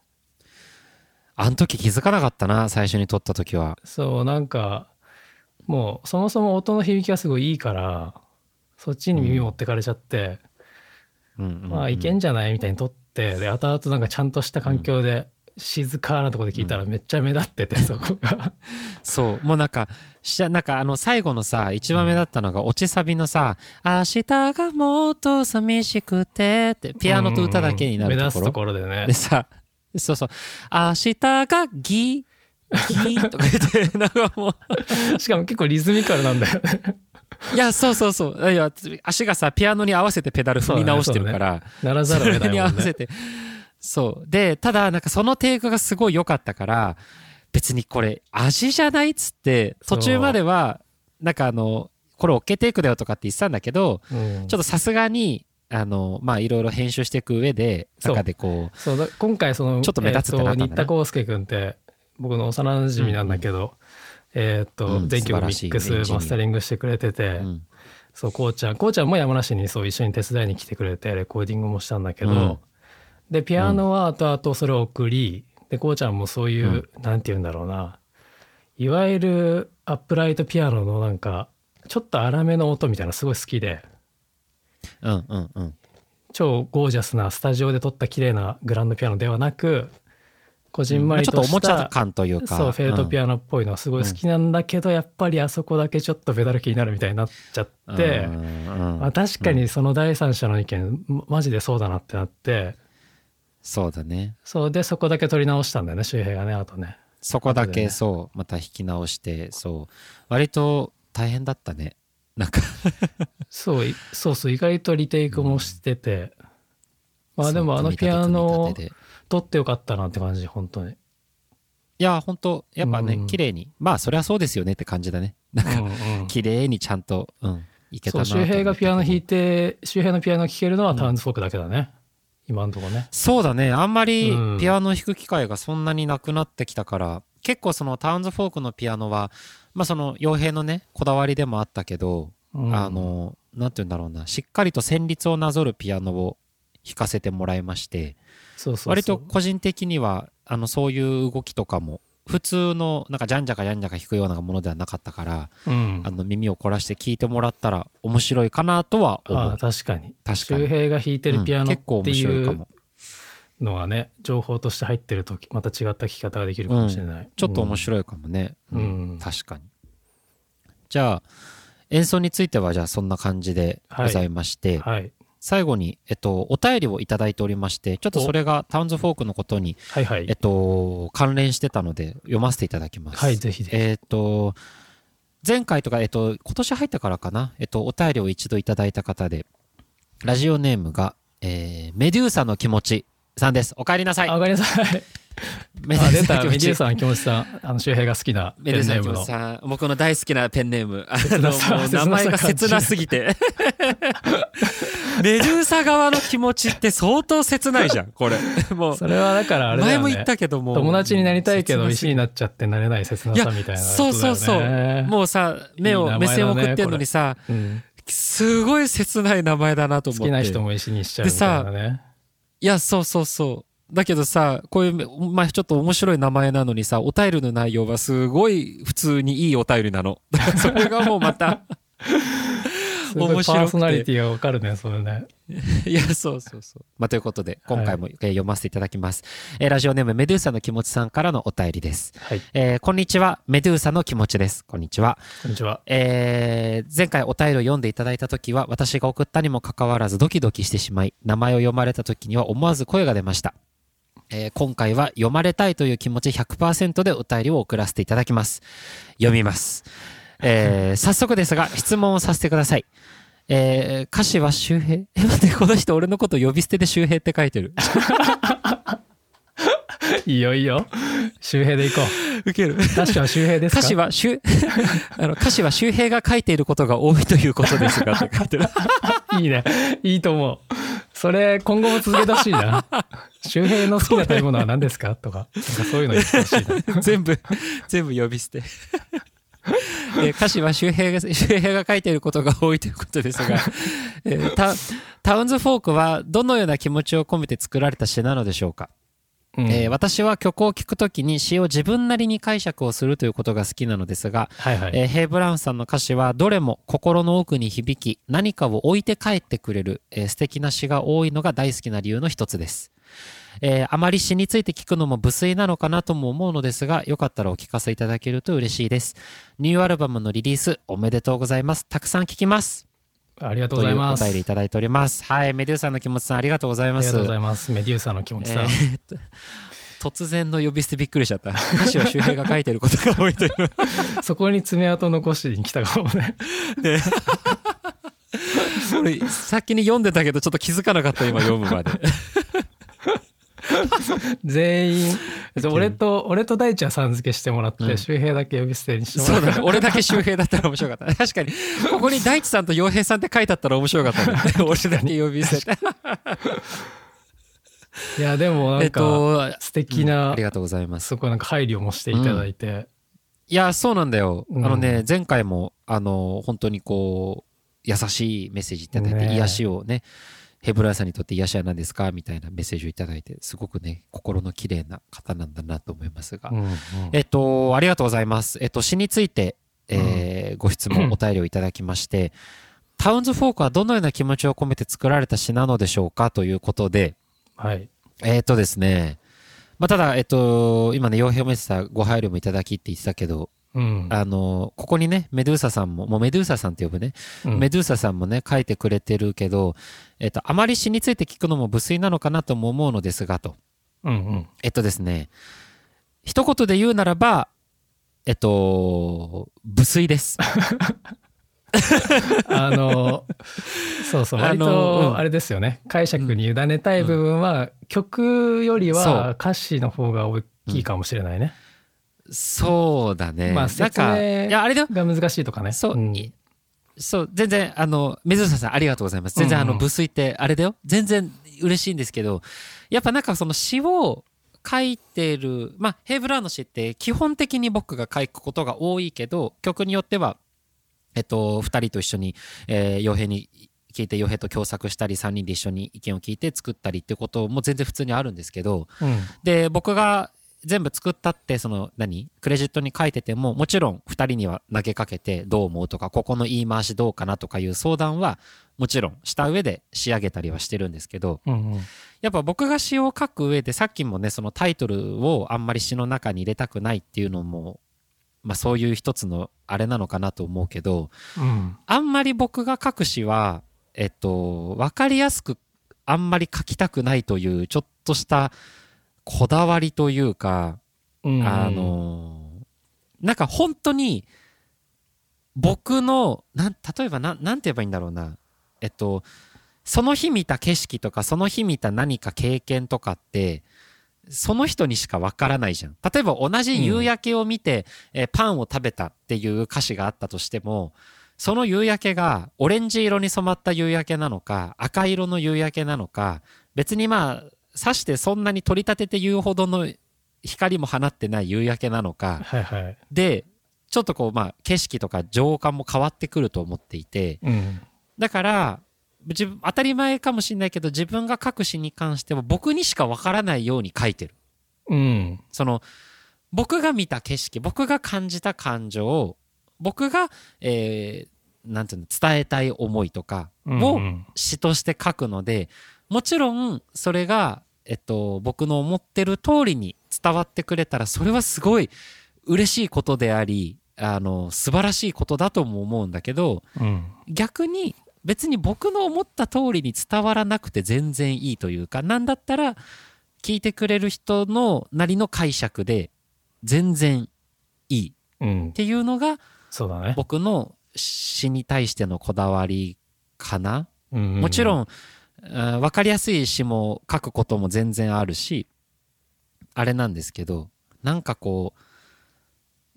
あの時気づかなかったな、最初に撮った時は。
そうなんかもうそもそも音の響きがすごいいいからそっちに耳持ってかれちゃって、
うんうんうん
まあいけんじゃないみたいに撮ってで後々なんかちゃんとした環境で静かなとこで聞いたらめっちゃ目立ってて、そこが
そう。もうなんか、しゃなんかあの最後のさ、一番目だったのが、落ちサビのさ、明日がもっと寂しくてって、ピアノと歌だけにな
う
る
んうんうん目立
とこ
つ
ろ
と。ころでね
で さ、そうそう、明日がギギとか言って、なんかもう、
しかも結構リズミカルなんだ よね
いや、そうそうそう。いや、足がさ、ピアノに合わせてペダル踏み直してるから、
ならざるを得
それ
な
に合
い
わ
もんね
せて。 そう。で、ただ、なんかそのテイクがすごい良かったから、別にこれ味じゃないっつって、
そう
途中までは、なんかあの、これ OK テイクだよとかって言ってたんだけど、
うん
ちょっとさすがに、あの、まあ、いろいろ編集していく上で、
そう
中でこう、
そうだ今回その
ちょっと目立つって
えー
なったんだね
新田康介君って僕の幼馴染なんだけど、えーっと、
うん
全曲ミ
素晴らし
ッ
い
ク
エンジニ
ス
ア
マスタリングしてくれてて、
うん
そうこうちゃんこうちゃんも山梨にそう一緒に手伝いに来てくれてレコーディングもしたんだけど、
うん
でピアノは後々それを送りでこうちゃんもそういう、なんて言うんだろうないわゆるアップライトピアノのなんかちょっと荒めの音みたいなのすごい好きで。
うんうんうん。
超ゴージャスなスタジオで撮った綺麗なグランドピアノではなくこじんまり
ちょ
と
っとお
し
もちゃ
た、
感というか。
そうフェードピアノっぽいのすごい好きなんだけど、やっぱりあそこだけちょっとペダル気になるみたいになっちゃって、
うんうん
まあ、確かにその第三者の意見、まマジでそうだなってなって
そうだね。
そうでそこだけ撮り直したんだよね周平がねあとね
そこだ
後で
け
ね
そう、また引き直して、そう。割と大変だったね。なんか、
そういそうそう意外とリテイクもしてて、まあでもあ
そう
のピアノ
組
を
み立て組み立てで
撮ってよかったなって感じ本当に、
いや、本当やっぱね、
うん
綺麗に。まあ、そりゃそうですよねって感じだね。なん
う
か、
んうん
綺麗にちゃんと、うん、いけた
そ
な
う
と
周
思ったけど
平がピアノ弾いて周平のピアノ聴けるのはタウンズフォークだけだね、今んとこね
そうだね。あんまり
うん
ピアノ弾く機会がそんなになくなってきたから、結構そのタウンズフォークのピアノは、まあその傭兵のね、こだわりでもあったけど、
うん
あの、なんて言うんだろうな、しっかりと旋律をなぞるピアノを弾かせてもらいまして、
そうそうそう
割と個人的にはあのそういう動きとかも普通のなんかじゃんじゃかじゃんじゃか弾くようなものではなかったから、
うん
あの耳を凝らして聞いてもらったら面白いかなとは思
あ
う
あ確かに
確か
周
に
平が弾いてるピア
うん
ノ
結構
って
面
い
白いか
う
も
のはね情報として入ってるとまた違った聴き方ができるかもしれない、
ちょっと面白いかもね、
うんうん
確かにじゃあ演奏についてはじゃあそんな感じでございまして、
はい、
最後に、えっと、お便りをいただいておりましてちょっとそれがタウンズフォークのことに、
はいはい
えっと、関連してたので読ませていただきます
はいぜひぜひ
えっ、と、前回とか、えっ、と、今年入ったからかな、えっ、と、お便りを一度いただいた方で、ラジオネームが、えーメデューサの気持ちさんです。お帰りなさい
あ。わかりなさい
メ
あ出たメデュー
さん。
サーの気持ちさんあの周平が好きな
メ
ペ
デュー
ン
サ
ネ
の
ー
気
ム
持
の
ちさん。僕の大好きなペンネーム。あ
な
の、
さ
もう
切な
名
さ
前が
感じる
切なすぎて。 メデューサ側の気持ちって相当切ないじゃん、これ。もう
そ、れはだからあれだ
前
よ、ね、
も言ったけども。
友達になりたいけど
切なす
石
ぎ
になっちゃってなれない切なさみたいなことだよ、ね、
そうそうそう。もうさ、目
いい
を、
名前だね
目線を送ってんのにさ、
うん
すごい切ない名前だなと思っ
好
て。
きな人も石にしちゃうみたいなね
いや、そうそうそう。だけどさ、こういう、まあ、ちょっと面白い名前なのにさ、お便りの内容はすごい普通にいいお便りなの。 それがもうまた、
すごい
面白くて
パーソナリティがわかるねそれね
いや、そうそうそう。まあ、ということで、今回もえー読ませていただきます。えーラジオネームメドゥーサの気持ちさんからのお便りです。
はい
えーこんにちは。メドゥーサの気持ちです。こんにちは。
こんにちは
えー前回お便りを読んでいただいた時は私が送ったにもかかわらずドキドキしてしまい名前を読まれた時には思わず声が出ました、えー今回は読まれたいという気持ち100%でお便りを送らせていただきます読みます、え ー早速ですが質問をさせてくださいえー歌詞は周平 え待ってこの人俺のこと呼び捨てで周平って書いてる
いいよいいよ周平で行こ
ウケる
う確かは周平ですか
歌詞は周 あの歌詞は周平が書いていることが多いということですがって書いてる
いいねいいと思うそれ今後も続けてほしいな 周平の好きな食べ物は何ですかとかなんかそういうの言ってほしいな
全部、全部呼び捨て。えー歌詞は周平が周平が書いていることが多いということです が、えータタウンズ・フォークはどのような気持ちを込めて作られた詩なのでしょうか
うん
えー私は曲を聴くときに詩を自分なりに解釈をするということが好きなのですが、
はいはい、
えーヘイ・ブラウンさんの歌詞はどれも心の奥に響き何かを置いて帰ってくれる、えー素敵な詩が多いのが大好きな理由の一つです、えーあまり詩について聞くのも無粋なのかなとも思うのですがよかったらお聞かせいただけると嬉しいですニューアルバムのリリースおめでとうございますたくさん聴きます
ありがとう
と
ござい
い
う
お
ます。
便りいただいておりますはいメデューサの気持ちさんありがとうござい
あ
ま
りが
す
とうございます。メデューサの気持ちさん。
えーっ と突然の呼び捨てびっくりしちゃった歌詞は周平が書いてることが多いという
そこに爪痕残しに来たかもね。
俺先に読んでたけどちょっと気づかなかった今読むまで
全 員、俺と、俺と大地はさん付けしてもらって、
うん
周平だけ呼び捨てにしても
そ
ら
う
って。
だ 俺だけ周平だったら面白か った確かにここに大地さんと洋平さんって書いてあったら面白か ったね俺だけ呼び捨て
いや、でもな
えっ
んか、
と
素敵な、
ありがとうございます
すごいなんか配慮もしていただいて。
いやそうなんだよ、
うん
あのね前回もあの本当にこう優しいメッセージいただいて、
ねえ
癒しをねヘブラーさんにとって癒しは何ですかみたいなメッセージをいただいてすごくね心の綺麗な方なんだなと思いますが、
うんうん
えっと、ありがとうございます。えっと、詩について、えーご質 問、お便りをいただきまして、タウンズ・フォークはどのような気持ちを込めて作られた詩なのでしょうかということで、
はい。
えっとですね、まあ、ただ、えっと、今ね、洋平メッサーご配慮もいただきって言ってたけど、
うん。
あの、ここにね、メドゥーサさんも、もうメドゥーサさんって呼ぶね、
うん
メドゥーサさんもね、書いてくれてるけど、えっと、あまり詩について聞くのも無粋なのかなとも思うのですが、と。
うんうん。
えっとですね、一言で言うならば、えっと、無 粋です。
あの、そうそう、割
あのう
と
ん
あれですよね。解釈に委ねたい部分は、曲より
そう
は歌詞の方が大きいかもしれないね。
そうだね。
まあ
なんか、
説明
いや、あれだよ。
が難しいとかね。
そう、
ん
いそう、全然、あの、水下さんありがとうございます。全然、
うんうん
あの、無粋って、あれだよ。全然嬉しいんですけど、やっぱなんかその詩を書いてる、まあ、ヘイブラーの詩って基本的に僕が書くことが多いけど、曲によっては、えっと、二人と一緒に、えー、傭兵に聞いて、傭兵と共作したり、三人で一緒に意見を聞いて作ったりってことも全然普通にあるんですけど、
うん
で僕が全部作ったってその何クレジットに書いててももちろん2人には投げかけてどう思うとかここの言い回しどうかなとかいう相談はもちろんした上で仕上げたりはしてるんですけど
うんうん
やっぱ僕が詩を書く上でさっきもねそのタイトルをあんまり詩の中に入れたくないっていうのも、まあ、そういう一つのあれなのかなと思うけど、
うん
あんまり僕が書く詩は、えっと、わかりやすくあんまり書きたくないという、ちょっとしたこだわりというか、
うん
あの、なんか本当に、僕の、なん、例えばなん、なんて言えばいいんだろうな。えっと、その日見た景色とか、その日見た何か経験とかって、その人にしかわからないじゃん。例えば同じ夕焼けを見て、えーパンを食べたっていう歌詞があったとしても、その夕焼けがオレンジ色に染まった夕焼けなのか、赤色の夕焼けなのか、別にまあ、さしてそんなに取り立てて言うほどの光も放ってない夕焼けなの か、
はいはい
で、ちょっとこう、まあ、景色とか情感も変わってくると思っていて、
うん
だから、自分、当たり前かもしれないけど、自分が書く詩に関しては僕にしかわからないように書いてる。
うん
その、僕が見た景色、僕が感じた感情を、僕が、えー、なんていうの、伝えたい思いとか
うん
を
うん
詩として書くので、もちろん、それが、えっと、僕の思ってる通りに伝わってくれたら、それはすごい嬉しいことであり、あの、素晴らしいことだとも思うんだけど、
うん
逆に別に僕の思った通りに伝わらなくて全然いいというかなんだったら聞いてくれる人のなりの解釈で全然いいっ
うん
ていうのが
そうだね
僕の詩に対してのこだわりかな。も
も
ちろん、うんわかりやすい詩も書くことも全然あるしあれなんですけどなんかこう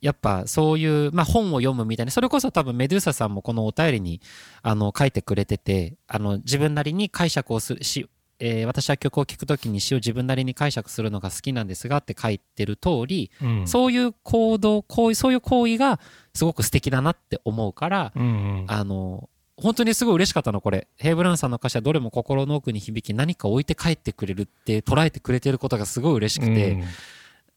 やっぱそういう、まあ、本を読むみたいなそれこそ多分メドゥーサさんもこのお便りにあの書いてくれててあの自分なりに解釈をするしえー私は曲を聴くときに詩を自分なりに解釈するのが好きなんですがって書いてる通り、
うん
そういう行動、行為、そういう行為がすごく素敵だなって思うから、
うんうん
あの、本当にすごい嬉しかったの、これ。ヘイブラウンさんの歌詞はどれも心の奥に響き、何か置いて帰ってくれるって捉えてくれてることがすごい嬉しくて、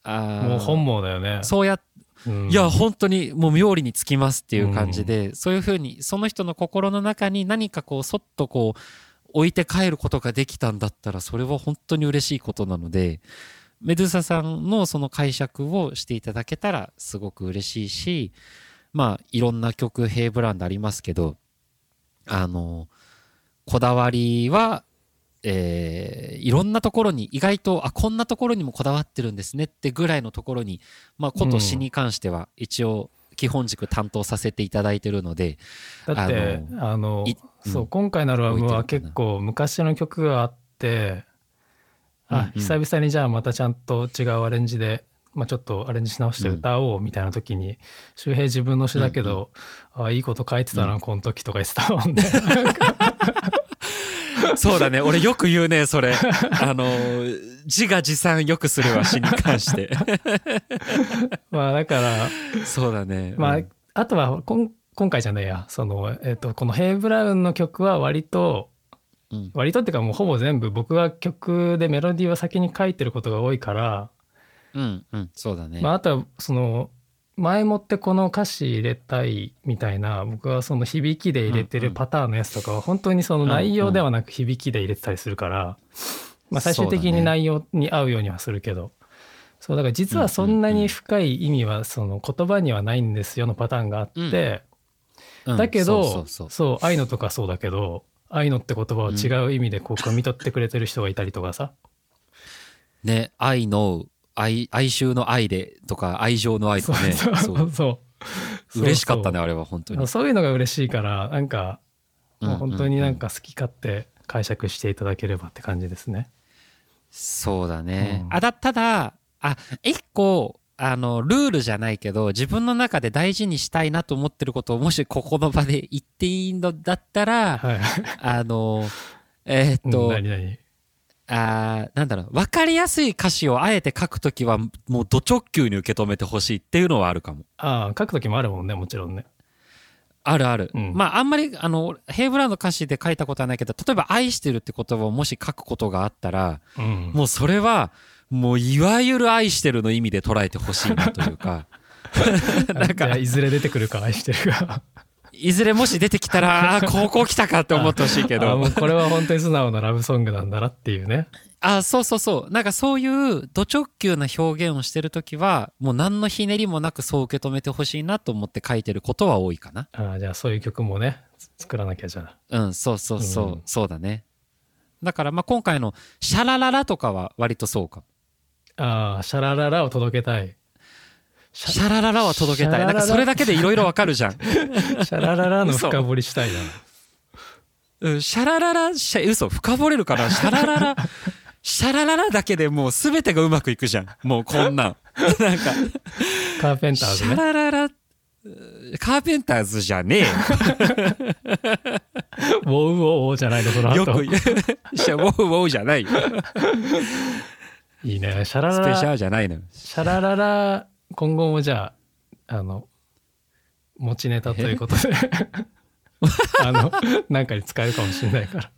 あー
もう本望だよね。
そうやっ
うん
いや、本当にもう冥利につきますっていう感じで、そういうふうにその人の心の中に何かこうそっとこう置いて帰ることができたんだったらそれは本当に嬉しいことなのでメドゥーサさんのその解釈をしていただけたらすごく嬉しいしまあいろんな曲ヘイブランドありますけどあのこだわりはえーいろんなところに意外とあこんなところにもこだわってるんですねってぐらいのところに、まあ、こと詩に関しては一応基本軸担当させていただいてるので、
だってあの
いうん
そう今回のアルバムは
置いてるかな
結構昔の曲があって
うんうん
あ久々にじゃあまたちゃんと違うアレンジで、まあ、ちょっとアレンジし直して歌おうみたいな時に、周平自分の詩だけど、あいいこと書いてたな、この時とか言ってたも んね。
そうだね俺よく言うねそれあの自画自賛よくするわ詩に関して
まあだから
そうだね
まあ、
うん
あとはこん今回じゃねえやその、えっとこのヘイ・ブラウンの曲は割と、
うん
割とっていうかもうほぼ全部僕が曲でメロディーは先に書いてることが多いから、
うんうんそうだね、
まあ、あとはその前もってこの歌詞入れたいみたいな僕はその響きで入れて
うん
る
うん
パターンのやつとかは本当にその内容ではなく響きで入れてたりするから、まあ、最終
そう
的
だね
に内容に合うようにはするけどそうだから実はそんなに深い意味はその言葉にはないんですよのパターンがあって。
うんうん
だけど、
そうそうそう
そう愛のとかそうだけど愛のって言葉を違う意味でこう汲み取ってくれてる人がいたりとかさ、
ね愛の愛哀愁の愛でとか愛情の愛
そ
と
う
かね
そう
そ
そううそう
嬉しかったね
そう
あれは本当
そ
に
うそういうのが嬉しいからなんか、もう本当になん
か
か好き勝手解釈していただければって感じですね。
そうだね。
うん
あだただあ一個あのルールじゃないけど自分の中で大事にしたいなと思ってることをもしここの場で言っていいのだったら
はい、
あのえーっ
うん
と、
何々
あーなんだろう分かりやすい歌詞をあえて書くときはもうド直球に受け止めてほしいっていうのはあるかも。
ああ書く時もあるもんねもちろんね。
あるある。
うん
まあ、あんまり、あの、ヘイブランド歌詞で書いたことはないけど、例えば、愛してるって言葉をもし書くことがあったら、
うん、
もうそれは、もういわゆる愛してるの意味で捉えてほしいなという か、なん
じゃあ
か、
いずれ出てくるか愛してるが
いずれもし出てきた ら、あー高校来たかって思ってほしい
あ
け
あ
ど
もう、これは本当に素直なラブソングなんだなっていうね。
あーそうそうそう、なんかそういう、ド直球な表現をしてるときは、もう何のひねりもなくそう受け止めてほしいなと思って書いてることは多いかな。
ああじゃあそういう曲もね作らなきゃじゃあ。
うん、そうそうそう、
うん
そうだね。だから、まあ、今回の、シャラララとかは割とそうかも。
ああ、シャラララを届けたい。シ
シャラララは届けたい。なんかそれだけでいろいろわかるじゃん。
ャシャラララの深掘りしたいな。
うん、シャラララ、シャ、嘘、深掘れるかなシャラララ、シャラララだけでもう全てがうまくいくじゃん。もうこんなん。なんか、
カーペンター
シ
ズ
ャ
ね。
ラララ、カーペンターズじゃねえよ。
ウォウウォウウォじゃないの、その
よ
後
く。言う。 シャウォウウォウじゃないよ。
いいね。シャラ
ス
ラ
ペシャ
ラ、
ルじゃないのよ。
シャラララ、今後もじゃあ、あの、持ちネタということで。 あの、なんかに使えるかもしれないから。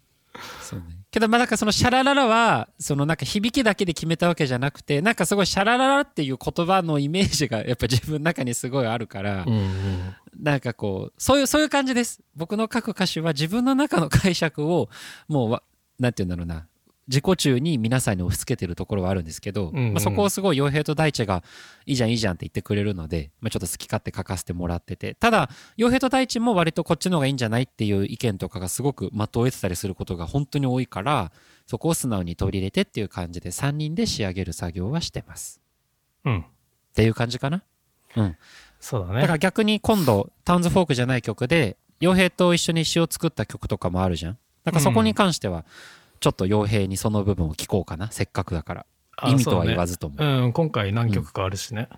そうね。けど、まあ、なんかそのシャラララは、そのなんか響きだけで決めたわけじゃなくて、なんかすごいシャラララっていう言葉のイメージがやっぱ自分の中にすごいあるから、
うん
なんかこう、そういう、そういう感じです。僕の書く歌詞は自分の中の解釈を、もうわ、なんて言うんだろうな、自己中に皆さんに押し付けてるところはあるんですけど、
んうん
まあ、そこをすごい傭兵と大地が、いいじゃんいいじゃんって言ってくれるので、まあ、ちょっと好き勝手書かせてもらってて、ただ、傭兵と大地も割とこっちの方がいいんじゃないっていう意見とかがすごく的を得てたりすることが本当に多いから、そこを素直に取り入れてっていう感じで3人で仕上げる作業はしてます。
うん。
っていう感じかな。うん。
そうだ
だか
ね。
ら逆に今度、タウンズフォークじゃない曲で、傭兵と一緒に詩を作った曲とかもあるじゃん。だからそこに関しては、ちょっと傭兵にその部分を聞こうかな。せっかくだから。
あ
意味とは言わずとも。
そうねうん、今回何曲かあるしね。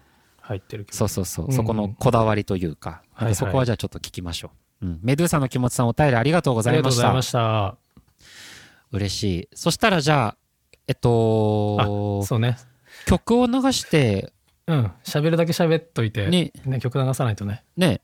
入ってる曲。
そうそうそう。
うん
そこのこだわりというか、
はいはい
そこはじゃあちょっと聞きましょう。うん、メドゥーサの気持ちさんお便りありがとうご
あ
ざ
り
い
がと
ま
うご
し
ざい
た
ま。した。
嬉しい。そしたらじゃあ、えっと、
そうね
曲を流して、
うん喋るだけ喋っといて、ね
ね、
曲流さないとね
ね、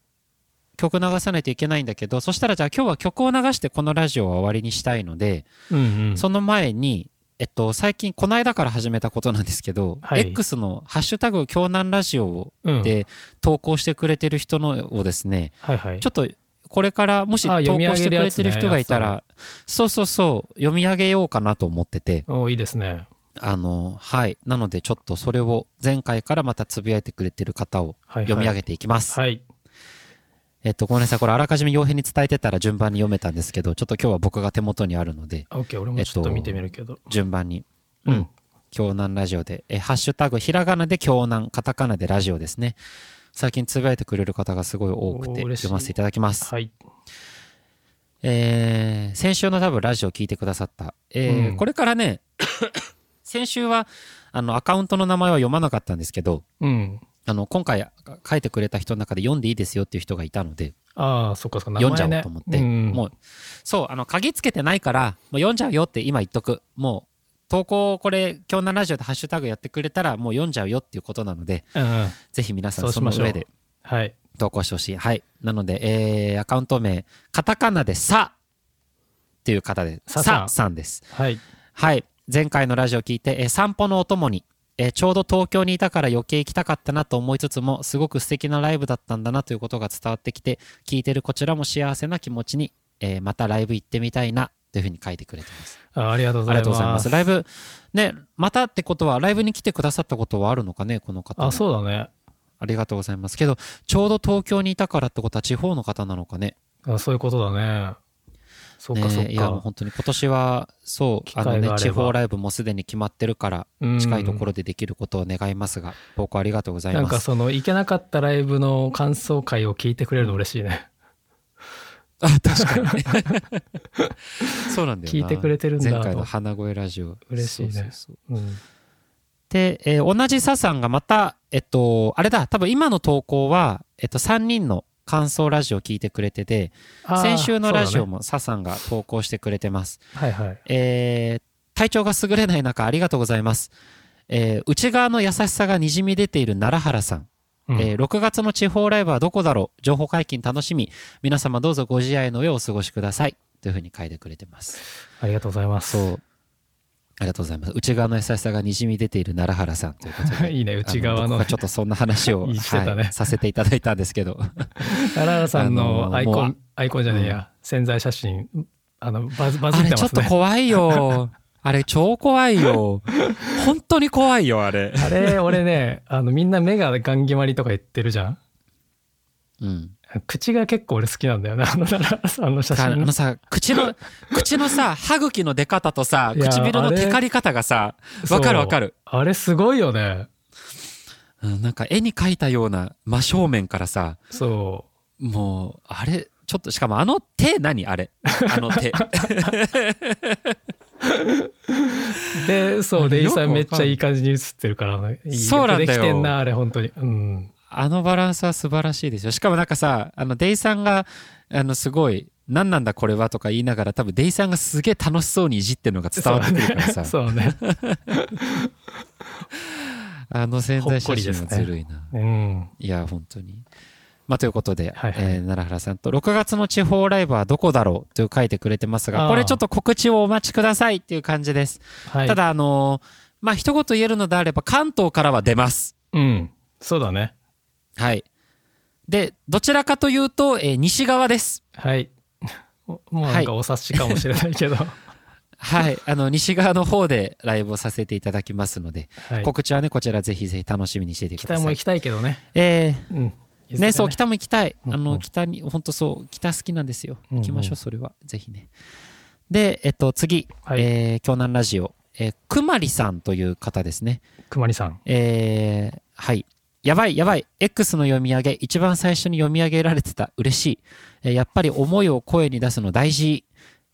曲流さないといけないんだけど、そしたらじゃあ今日は曲を流してこのラジオは終わりにしたいので、
うんうん
その前に、えっと、最近、この間から始めたことなんですけど、
はい
X のハッシュタグ京南ラジオを
うん
で投稿してくれてる人のをですね、
はいはい
ちょっとこれからもし投
あ
稿
読み上げる
してく
や
れ
つね
てる人がいたら、そうそうそう、読み上げようかなと思ってて、
おいいですね
あの、はい。なので、ちょっとそれを前回からまたつぶやいてくれてる方を
はいはい
読み上げていきます。
はい
えっと、ごめんなさい。これあらかじめ傭兵に伝えてたら順番に読めたんですけど、ちょっと今日は僕が手元にあるので、
OK 俺もちょっと見てみるけど、
順番に。
うん
京南ラジオで、え、ハッシュタグ、ひらがなで京南、カタカナでラジオですね。最近つぶやいてくれる方がすごい多くて、
おー嬉しい
読ませていただきます。
はい
えー先週の多分ラジオ聞いてくださった。えー
うん
これか らね、先週は、あの、アカウントの名前は読まなかったんですけど、
うん
あの、今回書いてくれた人の中で読んでいいですよっていう人がいたので、
ああそっかそっか名
読ん
前
じゃお
ね
うと思って、
うん
もう、そう、あの、鍵つけてないから、もう読んじゃうよって今言っとく。もう、投稿をこれ、京南ラジオでハッシュタグやってくれたら、もう読んじゃうよっていうことなので、
うんうん
ぜひ皆さ
そ
ん
う
そ
し
の
ましょう
上で
はい
投稿してほしい。はい。なので、えーアカウント名、カタカナでさ、っていう方で、
さ
さ
さ、
さんです。
はい
はい。前回のラジオ聞いて、えー散歩のお供に、えーちょうど東京にいたから余計行きたかったなと思いつつも、すごく素敵なライブだったんだなということが伝わってきて、聞いてるこちらも幸せな気持ちに、えーまたライブ行ってみたいな、というふうに書いてくれてます。
あありがとう
あ
ご
り
ざい
がとうござい
ま
ますす。ライブ、ね、またってことは、ライブに来てくださったことはあるのかね、この方も。
あそうだね
ありがとうございます。けど、ちょうど東京にいたからってことは地方の方なのかね。
あそういうことだねそっか
ね
そっ
いや、もう
か、
本当に今年は、そう、
機
あ
会
のね
があれば
地方ライブもすでに決まってるから、
うん
近いところでできることを願いますが、投稿ありがとうござい
なん
ま
か
す。
その行けなかったライブの感想会を聞いてくれるの嬉しいね。
あ、 確かにね。 そうなんだよ
聞
な。
いてくれてるんだ
前回の花声ラジオ。
嬉しいね
そうそうそう
うん、
で、えー同じサさんがまた、えっと、あれだ、多分今の投稿は、えっと、3人の感想ラジオ聞いてくれてて、
あー
先週のラジオ
そう
もサさんが投稿してくれてます。
だねはいはい。
えー体調が優れない中ありがとうございます。えー内側の優しさがにじみ出ている奈良原さん。
うん
えー6月の地方ライブはどこだろう情報解禁楽しみ。皆様どうぞご自愛の上お過ごしください。というふうに書いてくれてます。
ありがとうございます。
そう。ありがとうございます。内側の優しさがにじみ出ている奈良原さんということ で。
いいね、内側
あ僕
の
が。ちょっとそんな 話を、
いいしてたね
はいさせていただいたんですけど。
ララさん
あ
の
の
アイコ
もう
ン、アイコンじゃねえや、潜在写真、あの、バズ、バズ
あ
って
れ
ま
ちょっ
す
と
ね。
怖 いよ。あれ超怖いよ。本当に怖いよ、あれ。
あれ、俺ね、あの、みんな目がガン決まりとか言ってるじゃん。
うん。
口が結構俺好きなんだよね、あのララさんの写
あ
真
の。さ、口の、口のさ、歯茎の出方とさ、
いや
唇
あ
の
れ
テカり方がさ、わかるわかる。
あれすごいよね。
うんなんか絵に描いたような真正面からさ、
そ
もう、あれ、ちょっと、しかもあの手何あれ。あ の手。
う。で、そう、で、イ
よくわ
さ
かん
ん
ない
めっちゃいい感じに写ってるからね。いい
そうなんだ
で
よ
きてんな、あれ、本当に。うん。
あのバランスは素晴らしいですよ。しかもなんかさ、あの、デイさんが、あの、すごい、何なんだこれはとか言いながら、多分デイさんがすげえ楽しそうにいじってるのが伝わってくるからさ、
そうね。
あの潜在
ほっこ
写
りで
真
す
は
ね
ずるいな。
うん。
いや、本当に。まあ、ということで、
はいはい
えー奈良原さんと、6月の地方ライブはどこだろうと書いてくれてます
あ
が、
ー
これちょっと告知をお待ちくださいっていう感じです。
はい。
た、だ、あのーまあ、一言言えるのであれば、関東からは出ます。
うん。そうだね。
はい。で、どちらかというと、えー西側です。
はい。おもうなんかお察しかもしれないけ ど。は
はい。あの、西側の方でライブをさせていただきますので、
い。
告知はね、こちらぜひぜひ楽しみにしていてくだ
北
さい。
も行きたいけどね。
えー
うん。いずれ
ね、そう、。北も行きたい。
うん
あ
う
の、
ん
北に、本当そう、北好きなんですよ。
うんうん
行きましょう、それは。ぜひね。で、えっと、次、
はい
えー、京南ラジオ、えー、くまりさんという方ですね。
くまりさん。
えー、はい。やばい、やばい。X の読み上げ、一番最初に読み上げられてた。嬉しい。えーやっぱり思いを声に出すの大事。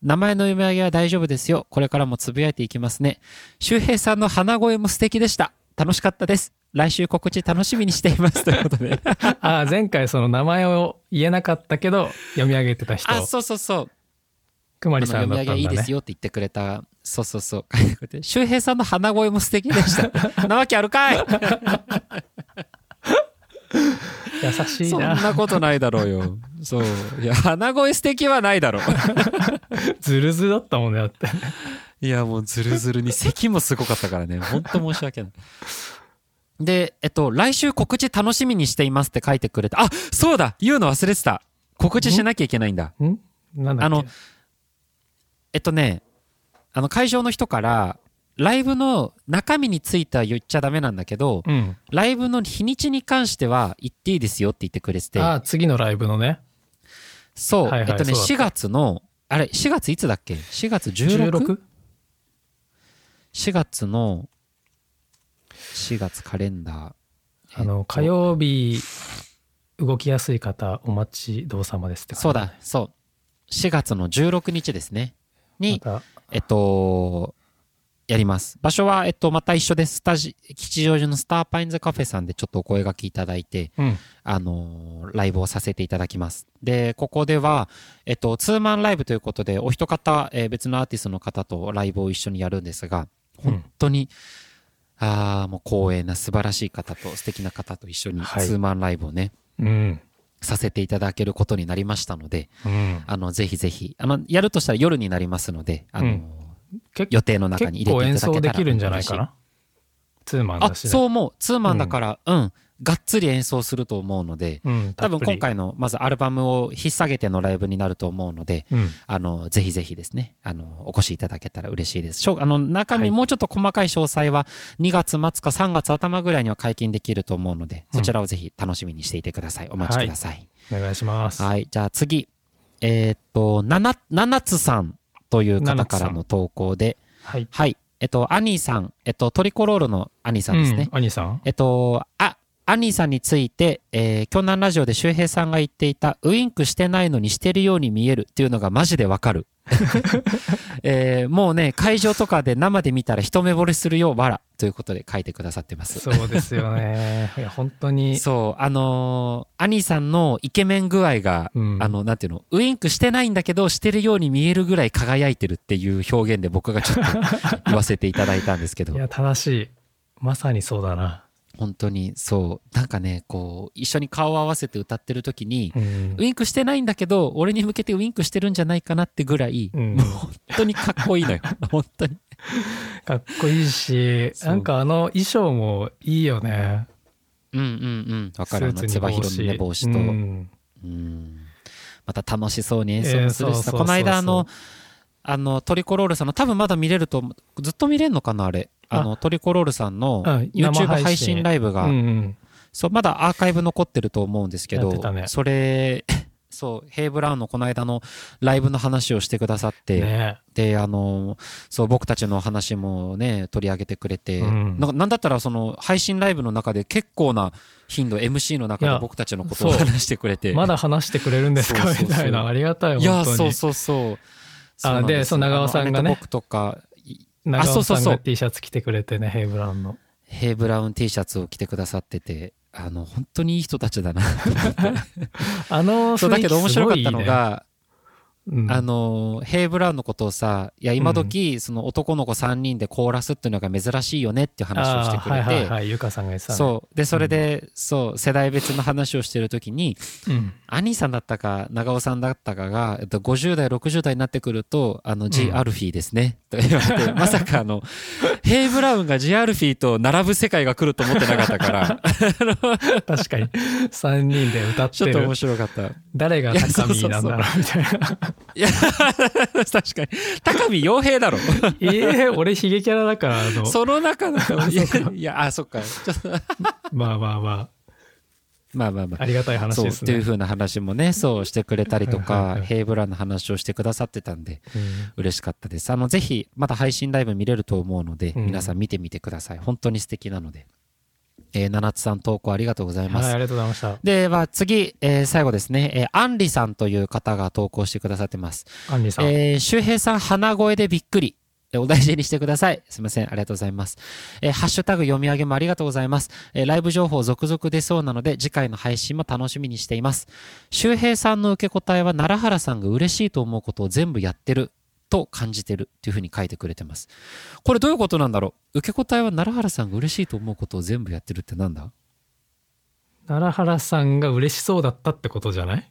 名前の読み上げは大丈夫ですよ。これからもつぶやいていきますね。周平さんの鼻声も素敵でした。楽しかったです。来週告知楽しみにしています。ということで。
ああ、 前回その名前を言えなかったけど、読み上げてた人。
あ、そうそうそう。
くま
あ
り
の
さ
読
ん
み
だ
上
った
げ
ん
いい
だ
です
ね。
よって言ってくれた。そうそう そう。周平さんの鼻声も素敵でした。 なわけあるかい
優しい
そん
な。
なことないだろうよ。そう。いや、鼻声素敵はないだろう。
ずるずるだったもんね、だって。
いや、もうズルズルに、咳もすごかったからね。ほんと申し訳ない。で、えっと、来週告知楽しみにしていますって書いてくれた。あ、そうだ言うの忘れてた告知しなきゃいけないんだ。
んなんだっけ
あの、えっとね、あの、会場の人から、ライブの中身については言っちゃダメなんだけど、
うん。
ライブの日にちに関しては言っていいですよって言ってくれてて、
ああ、次のライブのね。
そう、
はいはい
えっと
そ
ね、
うだった
4月の、あれ、4月いつだっけ ?4 月 16?4
16?
月の、4月カレンダー。
あの、火曜日、動きやすい方、お待ちどうさまですって
え
感
っ
じ
とそうだ、そう。4月の16日ですね。
ま
に、
た、
えっと、やります。場所は、えっと、また一緒です。スタジ、吉祥寺のスターパインズカフェさんでちょっとお声掛けいただいて、
うん。
あのーライブをさせていただきます。で、ここでは、えっと、ツーマンライブということで、お一方、えー別のアーティストの方とライブを一緒にやるんですが、
うん
本当に、ああ、もう光栄な素晴らしい方と素敵な方と一緒にツ
はい
ーマンライブをね、
うん。
させていただけることになりましたので、
うん。
あの、ぜひぜひ、あの、やるとしたら夜になりますので、あのー
うん結
予定の中に
結
入れ
構
てい
演
ただ
奏
けたら
できるんじゃないか
嬉し
な。ツーマン
あ、
だしね。
そう思う。ツーマンだから、うん、がっつり演奏すると思うので、
うん。た
多
っぷり
分今。回の、まずアルバムを引っ提げてのライブになると思うので、
うん。
あの、ぜひぜひですね、あの、お越しいただけたら嬉しいです。しょあの、中
はい
身もうちょっと細かい詳細は、2月末か3月頭ぐらいには解禁できると思うので、
うん
そちらをぜひ楽しみにしていてください。お待ちください。
お願いします。
はい、じゃあ次。えーっと、なな、ななつさんという
なな
方
つさ
か
ん
らの投稿で、
はい。
はい、えっと、アニーさん、えっと、トリコロールのアニーさんですね。
うん。兄さん
えっと、あ、アニーさんについて、えー、京南ラジオで周平さんが言っていた、ウインクしてないのにしてるように見えるっていうのがマジでわ かる。えーもうね、会場とかで生で見たら一目惚れするよ、わら。ということで書いてくださってます。
そうですよ ね。いや、本当に。
そう、あのーアニーさんのイケメン具合が、
うん
あの、なんていうの、ウインクしてないんだけど、してるように見えるぐらい輝いてるっていう表現で僕がちょっと言わせていただいたんですけど
い、や、正しい。まさにそうだな。
本当にそう、なんかね、こう、一緒に顔を合わせて歌ってる時に、
うん
ウ。インクしてないんだけど、俺に向けてウインクしてるんじゃないかなってぐらい、
うん
もう本当にかっこいい のよ。本当に。
かっこいいし、
そう
なんかあの衣装もいいよね。
うんうんうん。わかる。あの、つばひろのね帽子と。
うん
うんまた楽しそうに演奏もするしさ、
えーそうそうそうそう
この間あの、あのトリコロールさんの、多分まだ見れると思う、ずっと見れるのかな、あれ。あのトリコロールさんの
うん
YouTube
生配信
配信ライブ
う
が、
ん
そう、まだアーカイブ残ってると思うんですけ
や
ど
ってた、ね
それ、 そう、ヘイ・ブラウンのこの間のライブの話をしてくださっ
うん。
て、
ね
で、あの、そう、僕たちの話もね、取り上げてくれて、
うん
ななんだったらその配信ライブの中で結構な頻度、MC の中
い
で
や
僕たちのことを
そう
話してくれて。
まだ話してくれるんです
そ
か
うそうそう
みたいな。ありがたい、
いや、
本当
そう
に。
そうそう。
あ
なん
でそう長尾さんがね
あの姉と僕とか、いあ
長
そ
尾
うそう
さん
そう
が T シャツ着てくれてね、ヘイブラウンの。
ヘイブラウン T シャツを着てくださってて、あの、本当にいい人たち だな。
あの
そう、
雰
だ
囲気す
けど面白
ご
かっ
いいい
た
ね
の、が、
うん
あの、ヘイブラウンのことをさ、いや、今時、その男の子3人でコーラスっていうのが珍しいよねっていう話をしてくれ
あーはいはい
て、
はい、ゆかさんが言ってたね。
そう。で、それで、そう、世代別の話をしてるときに、
うん。
アニーさんだったか、長尾さんだったかが、えっと、50代、60代になってくると、あの、ジ・アルフィーですね。と言わ れて、まさかあの、ヘイ・ブラウンがジ・アルフィーと並ぶ世界が来ると思ってなかった から、
確かに。3人で歌っ
ち
て
ょっと
る
面。白かった。い
誰が高見なんだろ
いう
みたいな。
や、確かに。高見洋平だろ。
ええ俺ヒゲキャラだから、あの、
その中の、い
そうか
やいや、あ、そっか。ちょっと
まあまあま
まあまあまあ
あ、あ。りがたい話
そう
で
っ
す
ていう
ね。
風な話もね、そうしてくれたりと
はいはい
か
は、い
ヘイブラウンの話をしてくださってたんで、
うん
嬉しかったです。あの、ぜひ、まだ配信ライブ見れると思うので、
うん
皆さん見てみてください。本当に素敵なので。えー、七つさん投稿ありがとうございます。
はい、ありがとうございました。
では次、えー最後ですね、えーアンリさんという方が投稿してくださってます。
アンリさん。
えー、周平さん鼻声でびっくり。えーお大事にしてください。すいません。ありがとうございます。えーハッシュタグ読み上げもありがとうございます。えーライブ情報続々出そうなので、次回の配信も楽しみにしています。周平さんの受け答えは、奈良原さんが嬉しいと思うことを全部やってると感じてるっていうふうに書いてくれてます。これどういうことなんだろう受け答えは、奈良原さんが嬉しいと思うことを全部やってるってなんだ
奈良原さんが嬉しそうだったってことじゃない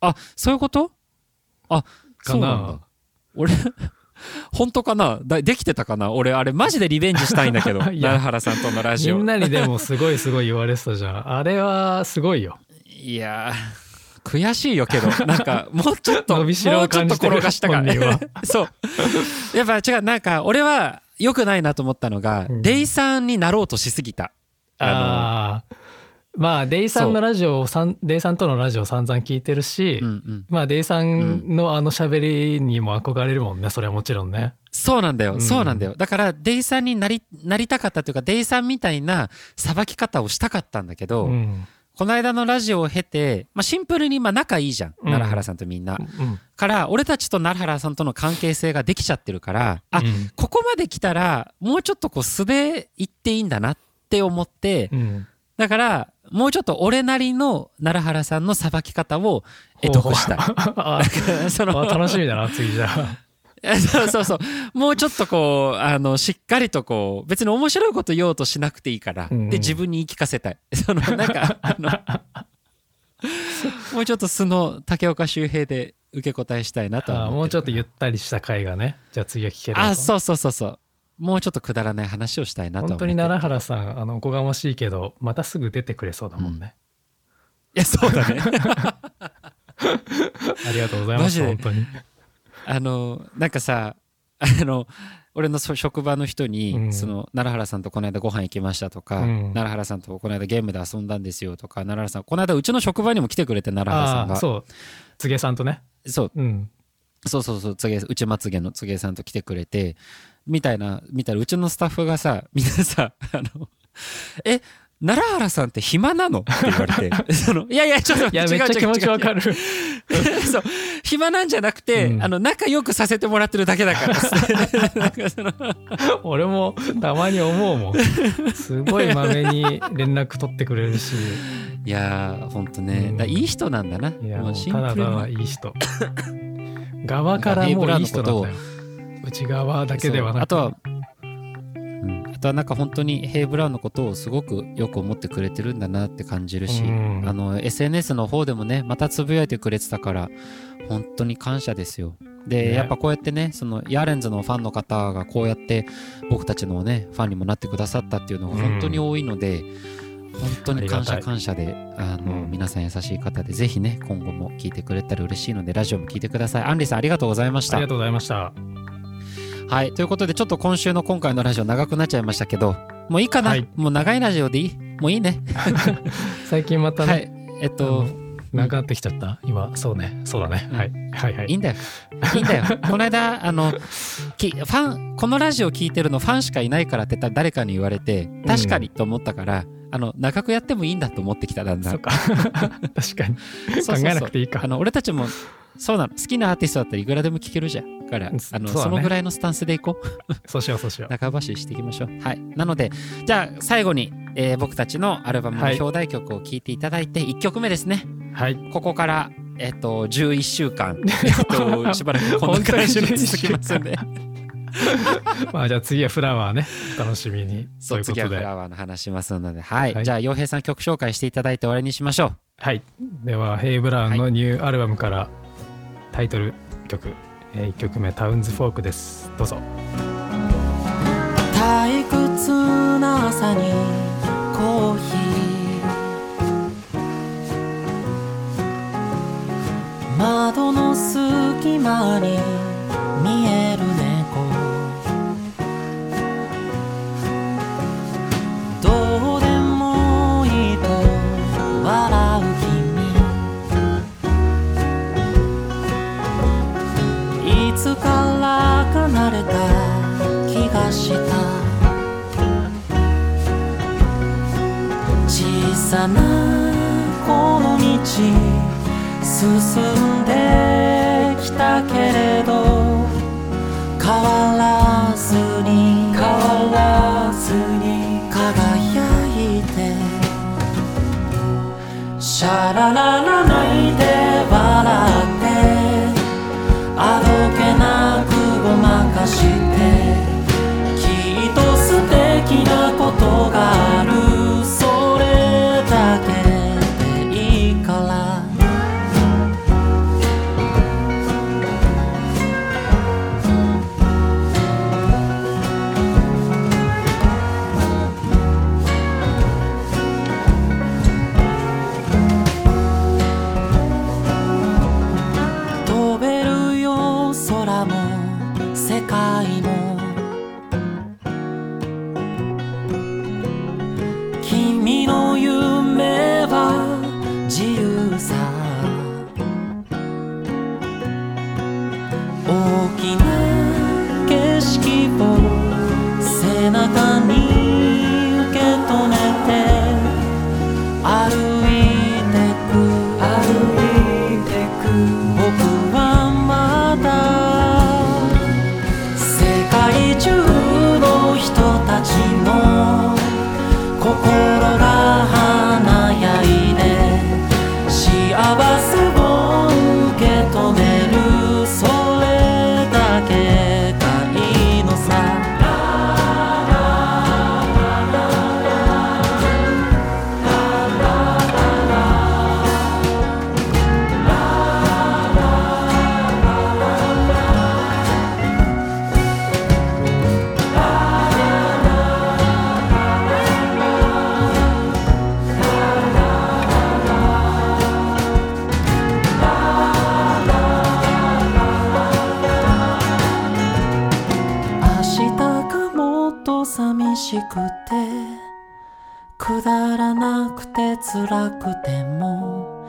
あ、そういうことあ、
かな
そうなんだ。俺、 本当かなだできてたかな俺、あれ、マジでリベンジしたいんだけど、
いや
奈良原さんとのラジ
み
オ
ん。なにでもすごいすごい言われてたじゃん。あれはすごいよ。
いやー、悔しいよ けど、なんか、もうちょっと、
伸びしろ
も
を
うちょっ
感
と
じてる
転がしたから
本人は。
そう。やっぱ違う、なんか、俺は良くないなと思ったのが、
うん
デイさんになろうとしすぎた。あ
ああ。まあ、デイさんのラジオをさん、デイさんとのラジオを散々聞いてるし、
の、うんうん。
まあ、デイさんのあの喋りにも憧れるもんね、それはもちろんね。
そうなんだ
う
よ、
ん
そうなんだよ。だから、デイさんになり、なりたかったというか、デイさんみたいなさばき方をしたかったんだけど、
うん。
この間のラジオを経て、まあ、シンプルにまあ仲いいじゃん、
ん
奈良原さんとみんな。
うん。
から、俺たちと奈良原さんとの関係性ができちゃってるから、あ、
うん
ここまで来たら、もうちょっとこう素で行っていいんだなって思って、
うん。
だから、もうちょっと俺なりの奈良原さんのさばき方を得得したい。
あ
そ
あ
の
楽しみだな、次 じゃあ。
そうそうそう。もうちょっとこう、あの、しっかりとこう、別に面白いこと言おうとしなくていいから、
うんうん
で、自分に言い聞かせたい。 その、なんか、あの、もうちょっと素の竹岡周平で受け答えしたいなとは
あ
思
もうちょっ
っ
と
てる
ゆったりした回がね、じゃあ次は聞けるのか
あ、そうそうそうそう。もうちょっとくだらない話をしたいなとは思
本
って
当
る
に奈良原さん、あの、おこがましいけど、またすぐ出てくれそうだもんね。
いや、そうだね。
ありがとうございま
マ
す、
ジで
本当に。
あの、なんかさ、あの、俺のそ職場の人に、
うん
その奈良原さんとこの間ご飯行きましたとか、
うん
奈良原さんとこの間ゲームで遊んだんですよとか奈良原さんこの間うちの職場にも来てくれて奈良原さん
あ
が
あ、そう。つげさんとね。
そう
うん。
そうそうそうつげうちまつげのつげさんと来てくれてみたいなみたいなうちのスタッフがさみんなさあのえ奈良原さんって暇なのって言われ てそのいやいやちょっと
い
待
や、
って
めっちゃ気持ちわか
る
る。
そう暇なんじゃなくて、
うん
あの仲良くさせてもらってるだけだからなんかその
俺もたまに思うもん。すごいまめに連絡取ってくれるし、
いやー、ほんとね、
うん
だいい人なんだな。
いや、
も
も
う
う
シン
た
プ
だ
ル
ただ
ない
い人。側からもういい人なんだよ。内側だけではなく
そうあとは、うんあとはなんか本当にヘイ・ブラウンのことをすごくよく思ってくれてるんだなって感じるし、
うん
あの、SNS の方でもね、またつぶやいてくれてたから、本当に感謝ですよ。で、
ね
やっぱこうやってね、その、ヤーレンズのファンの方がこうやって、僕たちのね、ファンにもなってくださったっていうのが本当に多いので、本当に感
あ
謝
りがた
感謝で、あの、
うん
皆さん優しい方で、ぜひね、今後も聞いてくれたら嬉しいので、ラジオも聞いてください。アンリさんありがとうございまし
あ
た
りが。とうございました。
はい。ということで、ちょっと今週の今回のラジオ長くなっちゃいましたけど、もういいかな、
はい
もう長いラジオでいいもういいね。
最近また
は
ね、
い。え
あ
っと
の、なくなってきちゃった今、そうね。そうだね。
うん
はい。はいはい
いい
い。
んだよ。いいんだよ。この間、あの、きファン、このラジオ聞いてるのファンしかいないからってた誰かに言われて、確かにと思ったから、あの、長くやってもいいんだと思ってきた、だんだん。
そっか。 確かに。
そうそうそう
考えなくていいか
あの、俺たちも、そうなの。好きなアーティストだったらいくらでも聴けるじゃん。から、
うん
あの、
そうだね
そのぐらいのスタンスでいこう。
そうしよう、そうしよう。
中橋していきましょう。はい。なので、じゃあ最後に、えー僕たちのアルバムの
はい
表題曲を聴いていただいて、1曲目ですね。
はい。
ここから、えっ、と、11週 間、えっ、と、しばらくこんな感じで続きますんで。
まあ、じゃあ次はフラワーね。お楽しみに。
そ、
といううこ
次は
と
フ
で。
ラワーの話しますので、はい。
はい
じゃあ、洋平さん曲紹介していただいて終わりにしましょう。
はい。では、ヘイ・ブラウンのニューアルバムからタイトル曲、え1曲目、タウンズ・フォークです。どうぞ。
退屈な朝にコーヒー窓の隙間に見える猫どうでもいいと笑う君いつからか慣れた気がした小さなこの道進んできたけれど変わシャラララ泣いて笑ってあどけなくごまかしてきっと素敵なことがあるそれだけでいいから飛べるよ空も世界も君の夢は自由さ大きな景色を背中に受け止めて歩いてく歩いてく僕はまだ世界中の人たちの心が華やいで幸せを受け止めるそれだけがいいのさ明日がもっと寂しくてくだらなくて辛くても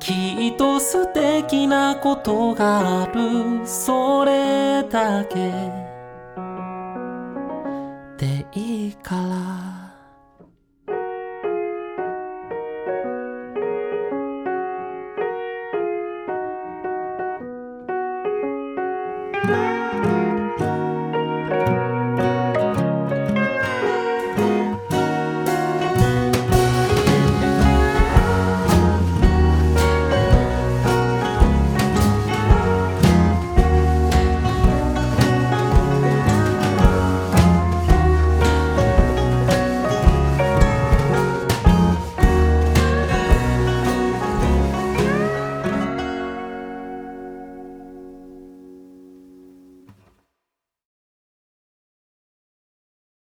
きっと素敵なことがあるそれだけでいいから